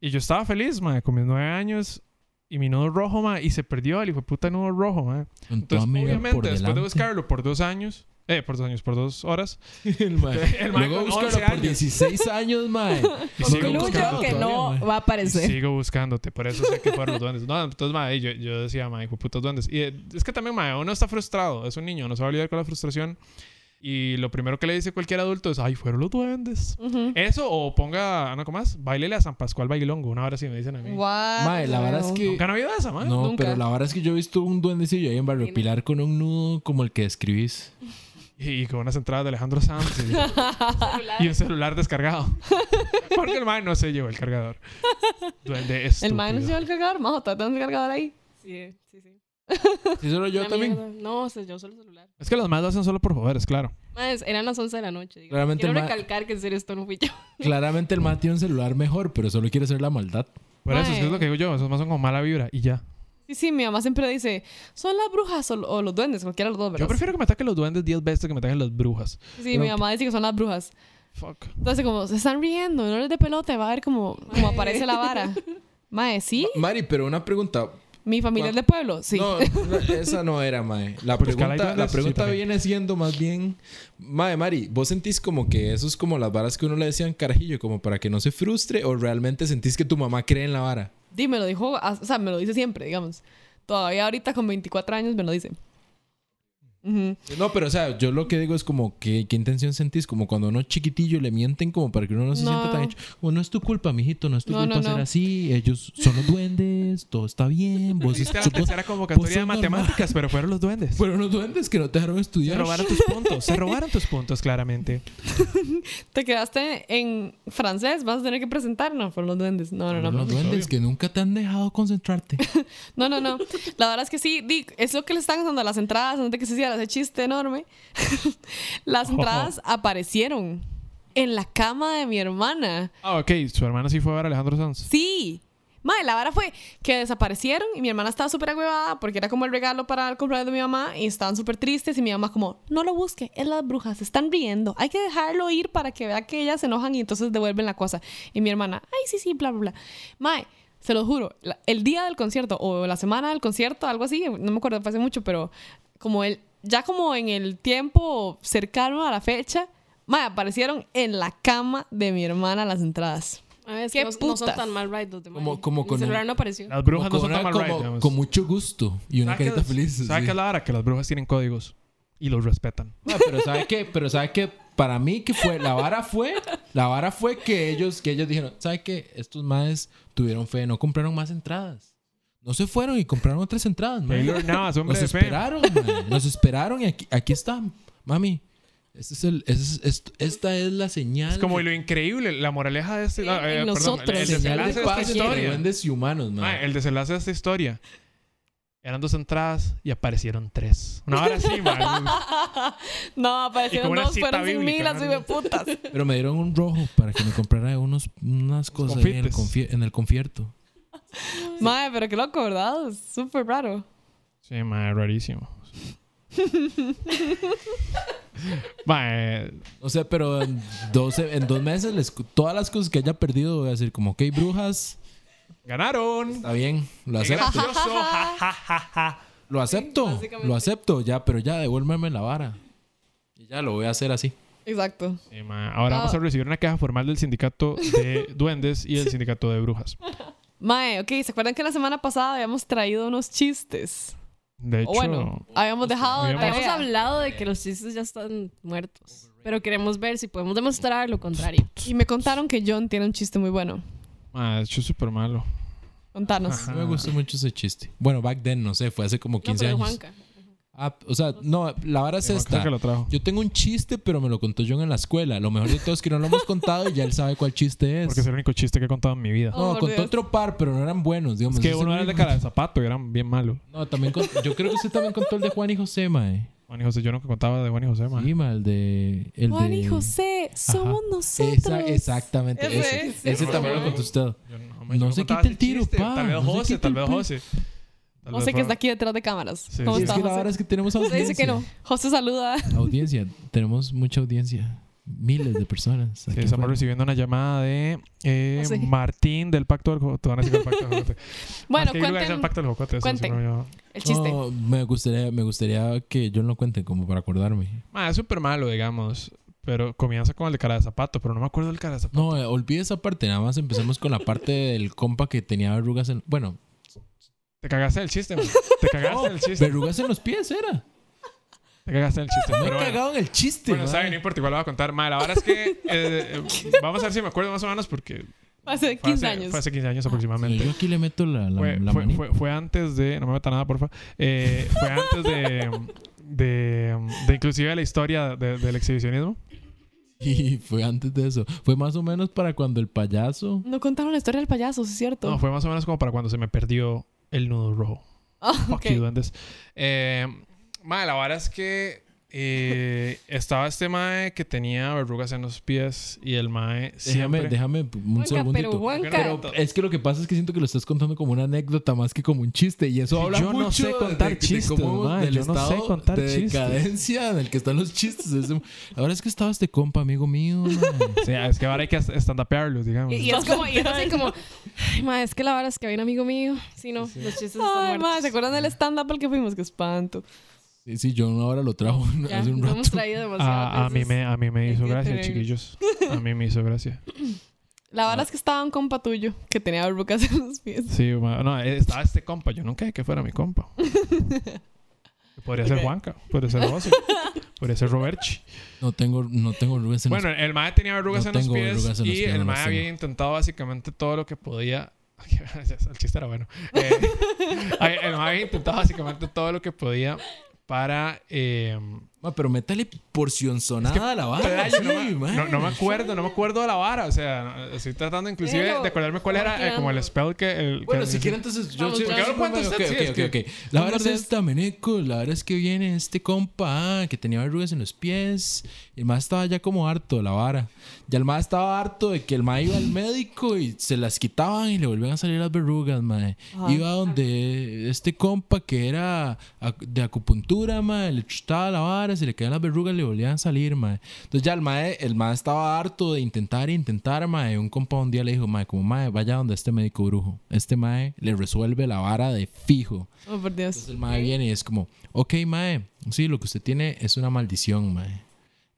[SPEAKER 1] Y yo estaba feliz, mae, con mis nueve años y mi nudo rojo, mae, y se perdió el hijo de puta nudo rojo, mae.
[SPEAKER 2] Con toda
[SPEAKER 1] Entonces,
[SPEAKER 2] mi vida por
[SPEAKER 1] obviamente, después
[SPEAKER 2] delante.
[SPEAKER 1] de buscarlo por dos años, eh, por dos años, por dos horas,
[SPEAKER 2] El mae.
[SPEAKER 1] El mae
[SPEAKER 2] Luego
[SPEAKER 1] con
[SPEAKER 2] buscarlo
[SPEAKER 1] 11
[SPEAKER 2] por
[SPEAKER 1] años.
[SPEAKER 2] 16 años, mae.
[SPEAKER 1] Y
[SPEAKER 2] No
[SPEAKER 1] sigo
[SPEAKER 2] lo he
[SPEAKER 4] Concluyo
[SPEAKER 2] buscado
[SPEAKER 4] que
[SPEAKER 2] todavía,
[SPEAKER 4] no pues, eh.
[SPEAKER 2] mae.
[SPEAKER 4] va a
[SPEAKER 1] y
[SPEAKER 4] aparecer.
[SPEAKER 1] sigo buscándote, por eso sé que fueron los duendes. No, entonces, mae, yo, yo decía, mae, hijo de putos duendes. Y eh, es que también, mae, uno está frustrado, es un niño, no sabe lidiar con la frustración. Y lo primero que le dice cualquier adulto es, ay, fueron los duendes.
[SPEAKER 3] Ujú.
[SPEAKER 1] Eso, o ponga, ah, no, ¿cómo más? Bailele a San Pascual Bailongo, una hora sí me dicen a mí.
[SPEAKER 3] What?
[SPEAKER 2] Mae, la verdad es que.
[SPEAKER 1] ¿Nunca han oído esa, mae?
[SPEAKER 2] No,
[SPEAKER 3] Ah, Nunca.
[SPEAKER 2] pero la verdad es que yo he visto un duendecillo ahí en Barrio
[SPEAKER 4] Sí, no.
[SPEAKER 2] Pilar con un nudo como el que describís.
[SPEAKER 1] Y, y con unas entradas de Alejandro Sanz
[SPEAKER 4] [laughs]
[SPEAKER 1] y, y un celular [laughs] descargado. Porque el mae no se llevó el cargador. Duende
[SPEAKER 3] El man no
[SPEAKER 1] estúpido.
[SPEAKER 3] se lleva el cargador, majo, está un cargador ahí.
[SPEAKER 4] Sí, eh, sí, sí.
[SPEAKER 2] Sí, solo yo
[SPEAKER 4] Una
[SPEAKER 2] también.
[SPEAKER 4] mierda. No, o sea, yo solo celular.
[SPEAKER 1] Es que los más lo hacen solo por joder, es claro.
[SPEAKER 4] Más, eran las 11 de la noche. digo.
[SPEAKER 2] Claramente
[SPEAKER 4] Quiero
[SPEAKER 2] el ma-
[SPEAKER 4] recalcar que en serio esto no fui yo.
[SPEAKER 2] Claramente el mae tiene un celular mejor, pero solo quiere hacer la maldad.
[SPEAKER 1] Por eso es que es lo que digo yo, esos más son como mala vibra y ya.
[SPEAKER 3] Sí, sí, mi mamá siempre dice, son las brujas o, o los duendes, cualquiera de los dos, ¿verdad?
[SPEAKER 1] Yo prefiero que me ataquen los duendes 10 veces que me ataquen las brujas.
[SPEAKER 3] Sí, mi mamá dice que son las brujas.
[SPEAKER 1] Fuck.
[SPEAKER 3] Entonces, como, se están riendo, no les de pelote, va a ver como, como aparece la vara. Mae, ¿sí?
[SPEAKER 2] Mari, pero una pregunta.
[SPEAKER 3] ¿Mi familia
[SPEAKER 2] Ma-
[SPEAKER 3] es de pueblo? Sí.
[SPEAKER 2] No, no, esa no era, Mae. La
[SPEAKER 1] Pues que la
[SPEAKER 2] pregunta,
[SPEAKER 1] idea
[SPEAKER 2] la
[SPEAKER 1] es-
[SPEAKER 2] pregunta
[SPEAKER 1] sí, también.
[SPEAKER 2] viene siendo más bien. Mae, Mari, ¿vos sentís como que eso es como las varas que uno le decían carajillo, como para que no se frustre, o realmente sentís que tu mamá cree en la vara?
[SPEAKER 3] Di, me lo dijo, ah, o sea, me lo dice siempre, digamos. Todavía ahorita con 24 años me lo dice. Ujú.
[SPEAKER 2] No, pero o sea, yo lo que digo es como que qué intención sentís, como cuando a uno chiquitillo le mienten como para que uno no se
[SPEAKER 3] No.
[SPEAKER 2] sienta tan hecho. Como no es tu culpa, mijito, no es tu
[SPEAKER 3] No,
[SPEAKER 2] culpa
[SPEAKER 3] no,
[SPEAKER 2] ser
[SPEAKER 3] no.
[SPEAKER 2] así, ellos son los duendes, todo está bien, vos
[SPEAKER 1] Hiciste la
[SPEAKER 2] sos- vos-
[SPEAKER 1] tercera convocatoria de
[SPEAKER 2] vos sos normal.
[SPEAKER 1] matemáticas, pero fueron los duendes.
[SPEAKER 2] Fueron los duendes que no te dejaron
[SPEAKER 1] Pues, Se
[SPEAKER 2] estudiar.
[SPEAKER 1] robaron tus puntos, se robaron tus puntos, claramente.
[SPEAKER 3] ¿Te quedaste en francés? ¿Vas a tener que presentar? No, fueron los duendes. No, no, no.
[SPEAKER 2] Fueron los duendes que nunca te han dejado concentrarte.
[SPEAKER 3] No, no, no. La verdad es que sí, Dick, es lo que le están dando a las entradas, antes de que se hiciera ese chiste enorme. [laughs] las entradas aparecieron en la cama de mi hermana.
[SPEAKER 1] Ah, ok, su hermana sí fue a ver a Alejandro Sanz.
[SPEAKER 3] Sí. Madre, la vara fue que desaparecieron y mi hermana estaba súper agüevada porque era como el regalo para el cumpleaños de mi mamá y estaban súper tristes y mi mamá como, no lo busque, es las brujas, se están riendo, hay que dejarlo ir para que vea que ellas se enojan y entonces devuelven la cosa. Y mi hermana, ay, sí, sí, bla, bla, bla. Madre, se lo juro, la- el día del concierto o la semana del concierto, algo así, no me acuerdo, fue hace mucho, pero como el, ya como en el tiempo cercano a la fecha, madre, aparecieron en la cama de mi hermana las entradas.
[SPEAKER 4] [laughs] A ver, es
[SPEAKER 3] ¿Qué
[SPEAKER 4] que no, no son
[SPEAKER 3] putas?
[SPEAKER 4] tan mal ride los demás.
[SPEAKER 2] Como- como
[SPEAKER 4] Mi
[SPEAKER 2] con
[SPEAKER 4] celular
[SPEAKER 2] el-
[SPEAKER 4] no apareció.
[SPEAKER 1] Las brujas no
[SPEAKER 2] Como
[SPEAKER 1] son
[SPEAKER 2] una-
[SPEAKER 1] tan mal
[SPEAKER 2] como-
[SPEAKER 1] right, digamos.
[SPEAKER 2] Con mucho gusto y una
[SPEAKER 1] ¿Sabe qué-
[SPEAKER 2] carita feliz.
[SPEAKER 1] ¿Sabe
[SPEAKER 2] sí.
[SPEAKER 1] qué es la vara? Que las brujas tienen códigos y los respetan.
[SPEAKER 2] No, pero ¿sabe qué? Pero ¿sabe qué? Para mí que fue, la vara fue, la vara fue que ellos, que ellos dijeron, ¿sabe qué? Estos maes tuvieron fe, no compraron más entradas. No se fueron y compraron otras entradas, mae.
[SPEAKER 1] Taylor Navas, hombre
[SPEAKER 2] Nos
[SPEAKER 1] de fe.
[SPEAKER 2] esperaron, mae. Nos esperaron y aquí, aquí están. Mami, este es el, este es- esto- esta es la señal.
[SPEAKER 1] Es como
[SPEAKER 2] de-
[SPEAKER 1] lo increíble, la moraleja de este...
[SPEAKER 4] Sí,
[SPEAKER 1] ah, eh,
[SPEAKER 4] en
[SPEAKER 1] perdón,
[SPEAKER 4] nosotros,
[SPEAKER 1] el
[SPEAKER 2] la señal
[SPEAKER 1] desenlace
[SPEAKER 2] de
[SPEAKER 1] de esta
[SPEAKER 2] paz entre
[SPEAKER 1] historia.
[SPEAKER 2] duendes y humanos, mae.
[SPEAKER 1] Mae, el desenlace de esta historia. Eran dos entradas y aparecieron tres. Una hora sí, mae.
[SPEAKER 3] No,
[SPEAKER 1] Y
[SPEAKER 3] aparecieron
[SPEAKER 1] con una
[SPEAKER 3] dos,
[SPEAKER 1] cita
[SPEAKER 3] fueron sin mí
[SPEAKER 1] bíblica,
[SPEAKER 3] las
[SPEAKER 1] ¿no? [laughs]
[SPEAKER 3] putas.
[SPEAKER 2] Pero me dieron un rojo para que me comprara unos, unas cosas ahí en el,
[SPEAKER 1] confites.
[SPEAKER 2] confie- en el concierto.
[SPEAKER 3] Madre, pero qué loco, ¿verdad? Es Súper raro.
[SPEAKER 1] [laughs] Sí, mae, rarísimo. [laughs] mae,
[SPEAKER 2] O sea, pero en, 12, en dos meses, les- todas las cosas que haya perdido, voy a decir como, ok, brujas,
[SPEAKER 1] ganaron.
[SPEAKER 2] está bien, lo
[SPEAKER 1] Qué
[SPEAKER 2] acepto.
[SPEAKER 1] gracioso. ja, ja, ja, ja.
[SPEAKER 2] Lo acepto,
[SPEAKER 4] básicamente.
[SPEAKER 2] lo acepto, ya, pero ya, devuélveme la vara. Y ya lo voy a hacer así.
[SPEAKER 3] Exacto.
[SPEAKER 1] Sí, mae, Ahora vamos a recibir una queja formal del sindicato
[SPEAKER 4] [laughs]
[SPEAKER 1] de duendes y del sindicato de brujas.
[SPEAKER 3] Mae, ok, ¿se acuerdan que la semana pasada habíamos traído unos chistes?
[SPEAKER 1] De hecho, pues,
[SPEAKER 3] o bueno, habíamos dejado de
[SPEAKER 1] habíamos
[SPEAKER 4] Habíamos
[SPEAKER 3] tarea.
[SPEAKER 4] hablado de que los chistes ya están muertos. Pero queremos ver si podemos demostrar lo contrario.
[SPEAKER 3] Y me contaron que John tiene un chiste muy bueno.
[SPEAKER 1] Ah, hecho súper malo.
[SPEAKER 3] Contanos.
[SPEAKER 2] No me gustó mucho ese chiste. Bueno, back then, no sé, fue hace como 15
[SPEAKER 4] Ah. no, pero
[SPEAKER 2] años.
[SPEAKER 4] Juanca.
[SPEAKER 2] Ah, o sea, no, la vara es esta.
[SPEAKER 1] que lo trajo.
[SPEAKER 2] Yo tengo un chiste, pero me lo contó John en la escuela. Lo mejor de todo es que no lo hemos contado y ya él sabe cuál chiste es.
[SPEAKER 1] Porque es el único chiste que he contado en mi vida.
[SPEAKER 4] Oh,
[SPEAKER 2] No,
[SPEAKER 4] por
[SPEAKER 2] contó
[SPEAKER 4] Dios.
[SPEAKER 2] otro par, pero no eran buenos, digamos.
[SPEAKER 1] es que
[SPEAKER 2] Ese
[SPEAKER 1] uno
[SPEAKER 2] es
[SPEAKER 1] era el de
[SPEAKER 2] el
[SPEAKER 1] cara de zapato y eran bien malos.
[SPEAKER 2] único- No, también contó- yo creo que usted también contó el de Juan y José, mae.
[SPEAKER 1] Juan y José, yo nunca contaba de Juan y José, man.
[SPEAKER 2] Sí, mae, el de... El
[SPEAKER 3] Juan
[SPEAKER 2] de...
[SPEAKER 3] y José, somos nosotros.
[SPEAKER 2] Esa- exactamente,
[SPEAKER 3] Ese
[SPEAKER 2] ese.
[SPEAKER 3] es.
[SPEAKER 2] Ese
[SPEAKER 1] Yo
[SPEAKER 2] también
[SPEAKER 1] no
[SPEAKER 2] lo
[SPEAKER 1] me
[SPEAKER 2] contó usted.
[SPEAKER 1] Yo no,
[SPEAKER 2] No
[SPEAKER 1] yo
[SPEAKER 2] se
[SPEAKER 1] contaba
[SPEAKER 2] quita el
[SPEAKER 1] ese
[SPEAKER 2] tiro,
[SPEAKER 1] chiste.
[SPEAKER 2] pa.
[SPEAKER 1] Tal vez
[SPEAKER 2] No se
[SPEAKER 1] José,
[SPEAKER 2] quita
[SPEAKER 1] tal
[SPEAKER 2] el
[SPEAKER 1] vez
[SPEAKER 2] pe-
[SPEAKER 1] José. Tal
[SPEAKER 3] José
[SPEAKER 1] vez
[SPEAKER 3] que
[SPEAKER 1] fue-
[SPEAKER 3] está aquí detrás de cámaras.
[SPEAKER 1] Sí,
[SPEAKER 3] ¿Cómo
[SPEAKER 1] sí.
[SPEAKER 2] es
[SPEAKER 3] está
[SPEAKER 2] que la
[SPEAKER 3] José?
[SPEAKER 2] verdad es que tenemos
[SPEAKER 3] José
[SPEAKER 2] audiencia.
[SPEAKER 3] dice que no. José saluda.
[SPEAKER 2] Audiencia. Tenemos mucha audiencia. Miles de personas.
[SPEAKER 1] Sí,
[SPEAKER 2] aquí
[SPEAKER 1] estamos
[SPEAKER 2] afuera.
[SPEAKER 1] recibiendo una llamada de eh,
[SPEAKER 3] José.
[SPEAKER 1] Martín del Pacto del Jocote. Van a decir que el Pacto del Jocote.
[SPEAKER 3] [laughs] Bueno,
[SPEAKER 1] Es que hay lugares
[SPEAKER 3] cuenten
[SPEAKER 1] del Pacto del Jocote, eso
[SPEAKER 3] cuenten.
[SPEAKER 1] sí me llamaba.
[SPEAKER 3] el chiste.
[SPEAKER 1] Oh,
[SPEAKER 2] No, me, gustaría, me gustaría que yo lo cuente como para acordarme.
[SPEAKER 1] Ma, es súper malo, digamos. Pero comienza con el de cara de zapato, pero no me acuerdo del cara de zapato.
[SPEAKER 2] No, eh, olvide esa parte. Nada más empecemos con la parte del compa que tenía verrugas en... Bueno,
[SPEAKER 1] Te cagaste el chiste, man. Te
[SPEAKER 3] [laughs]
[SPEAKER 1] cagaste el chiste.
[SPEAKER 2] verrugas en los pies era.
[SPEAKER 1] Te cagaste el
[SPEAKER 3] [laughs]
[SPEAKER 1] chiste.
[SPEAKER 2] Me he
[SPEAKER 1] Pero bueno,
[SPEAKER 2] cagado en el chiste,
[SPEAKER 1] bueno
[SPEAKER 2] mae.
[SPEAKER 1] saben, no importa, igual lo voy a contar. Ma, la verdad es que eh,
[SPEAKER 3] [laughs]
[SPEAKER 1] eh, vamos a ver si me acuerdo más o menos porque
[SPEAKER 3] Hace
[SPEAKER 1] fue
[SPEAKER 3] 15
[SPEAKER 1] hace,
[SPEAKER 3] años.
[SPEAKER 1] fue hace 15 años
[SPEAKER 2] Sí,
[SPEAKER 1] aproximadamente.
[SPEAKER 2] yo aquí le meto la, la,
[SPEAKER 1] fue,
[SPEAKER 2] la
[SPEAKER 1] fue-
[SPEAKER 2] manita.
[SPEAKER 1] fue- fue antes de. No me meta nada, porfa. Eh, fue antes de. De, de inclusive la historia de- del exhibicionismo.
[SPEAKER 2] [laughs] Y fue antes de eso. Fue más o menos para cuando el payaso...
[SPEAKER 3] No contaron la historia del payaso, sí es cierto.
[SPEAKER 1] No, fue más o menos como para cuando se me perdió el nudo
[SPEAKER 4] [laughs]
[SPEAKER 1] rojo.
[SPEAKER 3] Ah,
[SPEAKER 1] Fuck
[SPEAKER 3] ok.
[SPEAKER 1] you, duendes. Eh, mae, la vara es que eh, estaba este mae que tenía verrugas en los pies y el mae
[SPEAKER 2] Déjame,
[SPEAKER 1] siempre...
[SPEAKER 2] déjame un
[SPEAKER 4] Juanca,
[SPEAKER 2] segundito.
[SPEAKER 4] pero Juanca.
[SPEAKER 1] Pero-
[SPEAKER 2] Es que lo que pasa es que siento que lo estás contando como una anécdota más que como un chiste. Y eso
[SPEAKER 1] Sí,
[SPEAKER 2] habla
[SPEAKER 1] yo no
[SPEAKER 2] mucho
[SPEAKER 1] sé contar
[SPEAKER 2] de- de
[SPEAKER 1] chistes,
[SPEAKER 2] cómo-
[SPEAKER 1] ma,
[SPEAKER 2] del
[SPEAKER 1] yo no sé
[SPEAKER 2] estado
[SPEAKER 1] contar
[SPEAKER 2] de
[SPEAKER 1] chistes.
[SPEAKER 2] decadencia en el que están los chistes. Es un- La verdad es que estaba este compa, amigo mío. ma.
[SPEAKER 1] Sí, es que ahora hay que estandapearlos, digamos.
[SPEAKER 4] Y, y es como, y es así como, ay, ma, es que la verdad es que había un amigo mío. Si no, los chistes
[SPEAKER 3] Ay,
[SPEAKER 4] están
[SPEAKER 3] madre,
[SPEAKER 4] muertos.
[SPEAKER 3] ¿se acuerdan del stand-up al que fuimos? ¡Qué espanto!
[SPEAKER 2] Sí, sí, yo ahora lo trajo [laughs]
[SPEAKER 4] Ya,
[SPEAKER 2] hace un
[SPEAKER 4] lo hemos
[SPEAKER 2] rato.
[SPEAKER 4] traído demasiado.
[SPEAKER 1] a, a mí me, a mí me
[SPEAKER 3] hay
[SPEAKER 1] hizo
[SPEAKER 3] que
[SPEAKER 4] [laughs]
[SPEAKER 1] gracia,
[SPEAKER 3] tener-
[SPEAKER 1] chiquillos. A mí me hizo gracia.
[SPEAKER 3] La verdad es que estaba un compa tuyo que tenía verrucas en los pies.
[SPEAKER 1] Sí, ma- no, estaba este compa. Yo nunca dije que fuera mi
[SPEAKER 2] [laughs]
[SPEAKER 1] compa. Podría ser
[SPEAKER 3] Ok.
[SPEAKER 1] Juanca, podría ser
[SPEAKER 2] [laughs]
[SPEAKER 1] José, podría ser Roberchi.
[SPEAKER 2] No tengo, no tengo verrugas en los-
[SPEAKER 1] Bueno, el mae tenía verrugas
[SPEAKER 2] No
[SPEAKER 1] en los
[SPEAKER 2] tengo
[SPEAKER 1] pies
[SPEAKER 2] verrugas en los
[SPEAKER 1] y
[SPEAKER 2] pies,
[SPEAKER 1] el
[SPEAKER 2] no
[SPEAKER 1] mae
[SPEAKER 2] las
[SPEAKER 1] había
[SPEAKER 2] tengo.
[SPEAKER 1] intentado básicamente todo lo que podía. [laughs] el chiste era bueno. Eh, el mae había intentado básicamente todo lo que podía para. eh,
[SPEAKER 2] Ma, pero métale porcionzonada a la vara.
[SPEAKER 1] playa,
[SPEAKER 2] sí,
[SPEAKER 1] no, me,
[SPEAKER 2] ma.
[SPEAKER 1] no- no me acuerdo, no me acuerdo de la vara. O sea, estoy tratando inclusive
[SPEAKER 4] Déjalo,
[SPEAKER 1] de acordarme cuál era eh, como el spell que. El, que-
[SPEAKER 2] Bueno, si quieren entonces yo
[SPEAKER 4] Vamos,
[SPEAKER 2] sí-
[SPEAKER 4] porque ahora
[SPEAKER 2] sí,
[SPEAKER 1] cuenta
[SPEAKER 2] ok,
[SPEAKER 1] usted, sí,
[SPEAKER 2] ok,
[SPEAKER 1] es
[SPEAKER 2] ok,
[SPEAKER 1] que-
[SPEAKER 2] ok. La verdad es
[SPEAKER 3] Entonces-
[SPEAKER 2] esta, meneco, la verdad es que viene este compa ah, que tenía verrugas en los pies y el más estaba ya como harto de la vara. Ya el más estaba harto de que el más iba al médico y se las quitaban y le volvían a salir las verrugas, mae. Iba donde este compa que era ac- de acupuntura, mae, le chutaba la vara, se le quedaban las verrugas, le volvían a salir, mae. Entonces ya el mae, el mae estaba harto de intentar e intentar, mae. Un compa un día le dijo, mae, como mae, vaya donde este médico brujo. Este mae le resuelve la vara de fijo.
[SPEAKER 3] Oh, por Dios.
[SPEAKER 2] Entonces el mae viene y es como, ok, mae, sí, lo que usted tiene es una maldición, mae.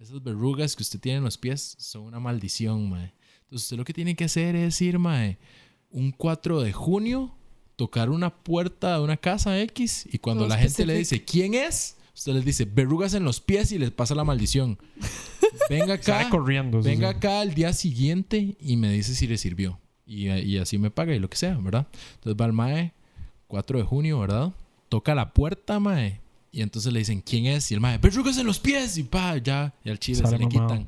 [SPEAKER 2] Esas verrugas que usted tiene en los pies son una maldición, mae. Entonces usted lo que tiene que hacer es ir, mae, un 4 de junio, tocar una puerta de una casa X y cuando
[SPEAKER 3] Todo
[SPEAKER 2] la gente le dice,
[SPEAKER 3] específico.
[SPEAKER 2] ¿quién es? Usted les dice, verrugas en los pies y les pasa la maldición.
[SPEAKER 3] [laughs]
[SPEAKER 2] Venga acá,
[SPEAKER 1] Sale corriendo. eso
[SPEAKER 2] venga
[SPEAKER 1] sí.
[SPEAKER 2] acá al día siguiente y me dice si le sirvió. Y, y así me paga y lo que sea, ¿verdad? Entonces va el mae, 4 de junio, ¿verdad? Toca la puerta, mae. Y entonces le dicen, ¿quién es? Y el mae, verrugas en los pies. Y pa, ya, y al chile
[SPEAKER 1] Sale
[SPEAKER 2] se le
[SPEAKER 1] mamado.
[SPEAKER 2] quitan.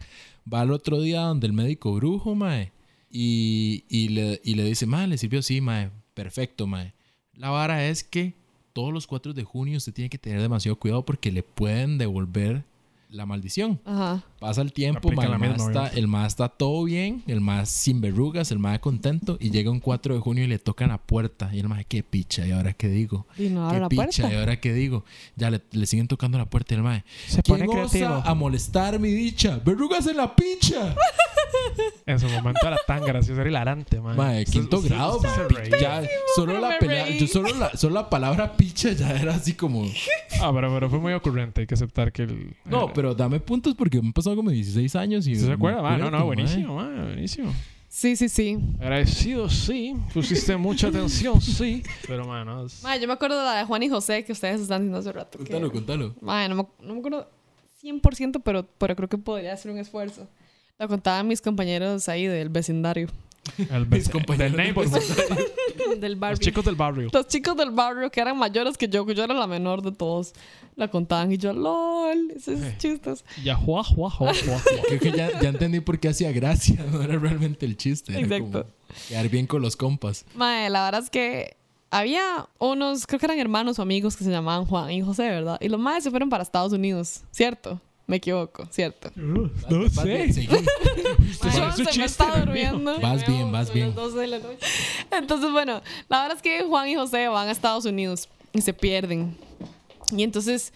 [SPEAKER 2] Va al otro día donde el médico brujo, mae. Y, y, le, y le dice, mae, le sirvió, sí, mae. Perfecto, mae. La vara es que todos los 4 de junio usted tiene que tener demasiado cuidado porque le pueden devolver la maldición.
[SPEAKER 3] Ajá.
[SPEAKER 2] Pasa el tiempo,
[SPEAKER 1] Aplica
[SPEAKER 2] ma,
[SPEAKER 1] la
[SPEAKER 2] el, ma
[SPEAKER 1] misma,
[SPEAKER 2] está,
[SPEAKER 1] obviamente.
[SPEAKER 2] el ma está todo bien, el más sin verrugas, el más contento. Y llega un 4 de junio y le tocan la puerta. Y el más, qué picha, ¿y ahora qué digo?
[SPEAKER 3] Y no abre
[SPEAKER 2] ¿Qué
[SPEAKER 3] la
[SPEAKER 2] picha, eh. ¿y
[SPEAKER 3] puerta.
[SPEAKER 2] ahora qué digo? Ya le, le siguen tocando la puerta y el mae.
[SPEAKER 1] Se
[SPEAKER 2] ¿Quién osa a molestar mi dicha? ¡Verrugas en la picha!
[SPEAKER 1] En su momento era tan gracioso, era hilarante, man.
[SPEAKER 2] Mae,
[SPEAKER 1] Usted-
[SPEAKER 2] quinto
[SPEAKER 1] usted-
[SPEAKER 2] grado,
[SPEAKER 1] usted
[SPEAKER 2] mae,
[SPEAKER 1] se
[SPEAKER 2] pi-
[SPEAKER 1] reía.
[SPEAKER 2] ya, solo
[SPEAKER 3] pero
[SPEAKER 2] la,
[SPEAKER 3] me
[SPEAKER 2] pelea-
[SPEAKER 3] reí.
[SPEAKER 2] yo solo, la, solo la palabra picha ya era así como...
[SPEAKER 1] Ah, pero, pero fue muy ocurrente, hay que aceptar que el...
[SPEAKER 2] No,
[SPEAKER 1] el-
[SPEAKER 2] pero dame puntos porque me han pasado como 16 años y...
[SPEAKER 1] ¿Sí se acuerda? Ah, no,
[SPEAKER 2] acuerdo,
[SPEAKER 1] no,
[SPEAKER 2] mae.
[SPEAKER 1] buenísimo, man, buenísimo.
[SPEAKER 3] Sí, sí, sí.
[SPEAKER 1] Agradecido, sí. Pusiste mucha atención, sí. Pero, man, no, es-
[SPEAKER 3] Madre, yo me acuerdo de la de Juan y José que ustedes están diciendo hace rato. que-
[SPEAKER 2] Contalo, contalo.
[SPEAKER 3] Madre, no me, no me acuerdo. 100%, pero, pero creo que podría hacer un esfuerzo. Lo contaban mis compañeros ahí del vecindario.
[SPEAKER 1] El
[SPEAKER 2] Mis
[SPEAKER 1] vec-
[SPEAKER 2] compañeros
[SPEAKER 1] del neighborhood.
[SPEAKER 4] pues, Del
[SPEAKER 1] Los
[SPEAKER 4] Barbie.
[SPEAKER 1] chicos del barrio.
[SPEAKER 3] Los chicos del barrio que eran mayores que yo, que yo era la menor de todos, la contaban y yo, lol, esos
[SPEAKER 1] Eh.
[SPEAKER 3] chistes.
[SPEAKER 1] Ya, juá, juá, juá, juá,
[SPEAKER 2] [laughs]
[SPEAKER 1] juá.
[SPEAKER 2] Creo que ya, ya entendí por qué hacía gracia. [laughs] No era realmente el chiste. Era
[SPEAKER 3] Exacto.
[SPEAKER 2] como quedar bien con los compas.
[SPEAKER 3] Mae, la verdad es que había unos, creo que eran hermanos o amigos que se llamaban Juan y José, ¿verdad? Y los madres se fueron para Estados Unidos, ¿cierto? Me equivoco, ¿cierto?
[SPEAKER 1] No
[SPEAKER 3] Pues
[SPEAKER 2] Vas bien,
[SPEAKER 1] sé.
[SPEAKER 2] seguí.
[SPEAKER 3] [laughs]
[SPEAKER 1] Mae,
[SPEAKER 3] Yo
[SPEAKER 1] es
[SPEAKER 3] se
[SPEAKER 1] un
[SPEAKER 3] me
[SPEAKER 1] chiste,
[SPEAKER 3] estaba
[SPEAKER 1] Dios mío.
[SPEAKER 3] durmiendo.
[SPEAKER 2] Vas bien, vas bien.
[SPEAKER 3] Entonces, bueno, la verdad es que Juan y José van a Estados Unidos y se pierden. Y entonces,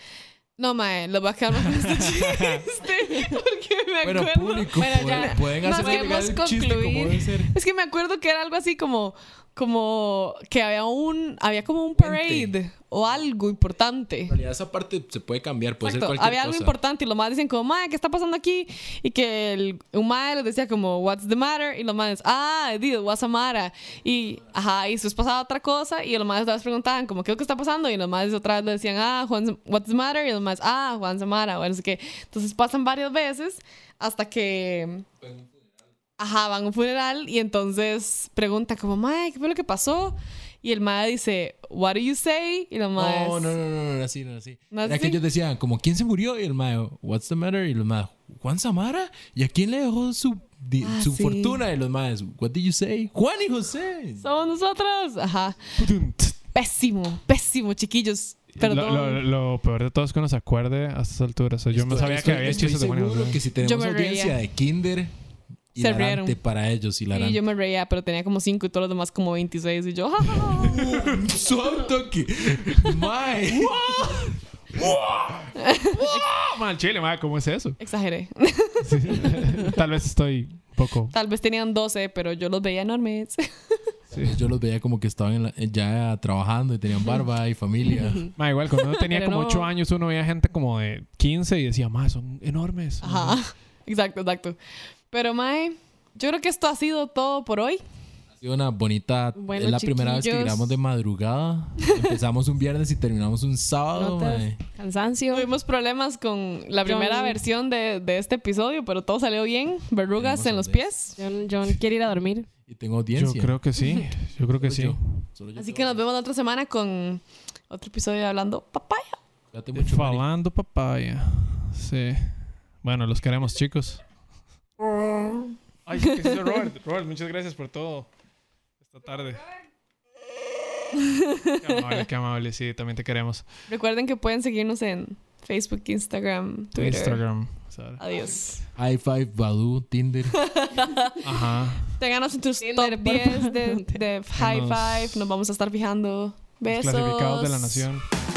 [SPEAKER 3] no, mae, los voy a quedar mal
[SPEAKER 2] [laughs]
[SPEAKER 3] con este chiste porque me
[SPEAKER 2] Bueno,
[SPEAKER 3] acuerdo.
[SPEAKER 2] público,
[SPEAKER 4] Bueno,
[SPEAKER 2] pueden-
[SPEAKER 4] ya.
[SPEAKER 2] pueden
[SPEAKER 3] Nos
[SPEAKER 2] hacer llegar el
[SPEAKER 3] podemos
[SPEAKER 2] chiste como
[SPEAKER 3] concluir.
[SPEAKER 2] debe ser.
[SPEAKER 3] [laughs] Es que me acuerdo que era algo así como como que había un había como un parade
[SPEAKER 2] Puente.
[SPEAKER 3] o algo importante.
[SPEAKER 2] En realidad esa parte se puede cambiar, puede
[SPEAKER 3] Exacto.
[SPEAKER 2] ser cualquier
[SPEAKER 3] Había algo
[SPEAKER 2] cosa.
[SPEAKER 3] importante y los más dicen como, madre, ¿qué está pasando aquí? Y que el, un madre les decía como, what's the matter? Y los madres, ah, Edith, what's the matter? Y, ajá, y después pasaba otra cosa y los madres otra vez preguntaban como, ¿qué es lo que está pasando? Y los madres otra vez le decían, ah, Juan's- what's the matter? Y los madres, ah, Juan Samara. Bueno, así que, entonces pasan varias veces hasta que... Ajá, van a un funeral y entonces pregunta como, madre, ¿qué fue lo que pasó? Y el madre dice, what do you say? Y los madres...
[SPEAKER 2] No, no, no, no, no, era así, no era así.
[SPEAKER 3] ¿No
[SPEAKER 2] Era
[SPEAKER 3] es
[SPEAKER 2] que
[SPEAKER 3] así?
[SPEAKER 2] ellos decían, como, ¿quién se murió? Y el mayo, ¿what's the matter? Y los maes, ¿Juan Samara? ¿Y a quién le dejó su, di-
[SPEAKER 3] Ah,
[SPEAKER 2] su
[SPEAKER 3] sí.
[SPEAKER 2] fortuna? Y los maes, ¿what did you say? ¡Juan y José!
[SPEAKER 3] Somos nosotros. Ajá. Pésimo, pésimo, chiquillos.
[SPEAKER 1] Lo,
[SPEAKER 3] Perdón.
[SPEAKER 1] lo- lo peor de todo es que no se acuerde a estas alturas. O sea, yo no
[SPEAKER 2] Estoy-
[SPEAKER 1] sabía
[SPEAKER 2] estoy-
[SPEAKER 1] que había
[SPEAKER 2] estoy
[SPEAKER 1] chistes de buenos.
[SPEAKER 2] seguro que si
[SPEAKER 3] Yo
[SPEAKER 2] tenemos
[SPEAKER 3] me
[SPEAKER 2] audiencia
[SPEAKER 3] reía.
[SPEAKER 2] de kinder, hilarante
[SPEAKER 3] rieron.
[SPEAKER 2] para ellos,
[SPEAKER 3] Sí,
[SPEAKER 2] hilarante.
[SPEAKER 3] yo me reía, pero tenía como 5 y todos los demás como 26. Y yo, ja, ja, ja.
[SPEAKER 1] [laughs]
[SPEAKER 2] ¡Son toque! ¡Mae!
[SPEAKER 1] mal chile, madre, ¿cómo es
[SPEAKER 2] [laughs]
[SPEAKER 1] eso?
[SPEAKER 3] exageré. [laughs]
[SPEAKER 1] Sí. Tal vez estoy un poco.
[SPEAKER 3] Tal vez tenían 12, pero yo los veía enormes.
[SPEAKER 1] sí.
[SPEAKER 2] Yo los veía como que estaban en la- ya trabajando y tenían barba y familia.
[SPEAKER 1] Ma, igual, cuando uno tenía
[SPEAKER 3] Pero
[SPEAKER 1] como
[SPEAKER 3] no.
[SPEAKER 1] 8 años, uno veía gente como de 15 y decía, ma, son enormes.
[SPEAKER 3] Ajá. Exacto, exacto. Pero, Mae, yo creo que esto ha sido todo por hoy.
[SPEAKER 2] Ha sido una bonita.
[SPEAKER 4] Bueno,
[SPEAKER 2] es la primera vez que
[SPEAKER 4] chiquillos.
[SPEAKER 2] grabamos de madrugada. Empezamos un viernes y terminamos un sábado,
[SPEAKER 4] Notas,
[SPEAKER 2] mae.
[SPEAKER 4] cansancio.
[SPEAKER 3] Tuvimos problemas con la
[SPEAKER 4] Yo-
[SPEAKER 3] primera versión de, de este episodio, pero todo salió bien. Verrugas
[SPEAKER 2] Tenemos
[SPEAKER 3] en los
[SPEAKER 2] audiencia.
[SPEAKER 3] pies.
[SPEAKER 4] John, John quiere ir a dormir.
[SPEAKER 2] Y tengo
[SPEAKER 1] Yo
[SPEAKER 2] audiencia.
[SPEAKER 1] creo que sí. Yo creo que sí.
[SPEAKER 2] Solo yo, solo yo
[SPEAKER 3] Así que
[SPEAKER 2] creo.
[SPEAKER 3] nos vemos la otra semana con otro episodio de hablando papaya.
[SPEAKER 2] Cuídate mucho, Mari.
[SPEAKER 1] Falando papaya. Sí. Bueno, los queremos, chicos. Ay, ¿qué es eso, Robert? Robert, muchas gracias por todo. Esta
[SPEAKER 3] [laughs]
[SPEAKER 1] tarde. Qué amable, qué amable. Sí, también te queremos.
[SPEAKER 3] Recuerden que pueden seguirnos en Facebook, Instagram,
[SPEAKER 1] Tu
[SPEAKER 3] Twitter.
[SPEAKER 1] Instagram. Sara.
[SPEAKER 3] Adiós.
[SPEAKER 2] High five, Badoo, Tinder.
[SPEAKER 1] Ajá.
[SPEAKER 3] Ténganos en tus
[SPEAKER 4] Tinder,
[SPEAKER 3] top
[SPEAKER 4] por
[SPEAKER 3] [laughs] 10 de, de High
[SPEAKER 1] Nos-
[SPEAKER 3] Five. Nos vamos a estar fijando.
[SPEAKER 1] Los
[SPEAKER 3] Besos.
[SPEAKER 1] clasificados de la nación.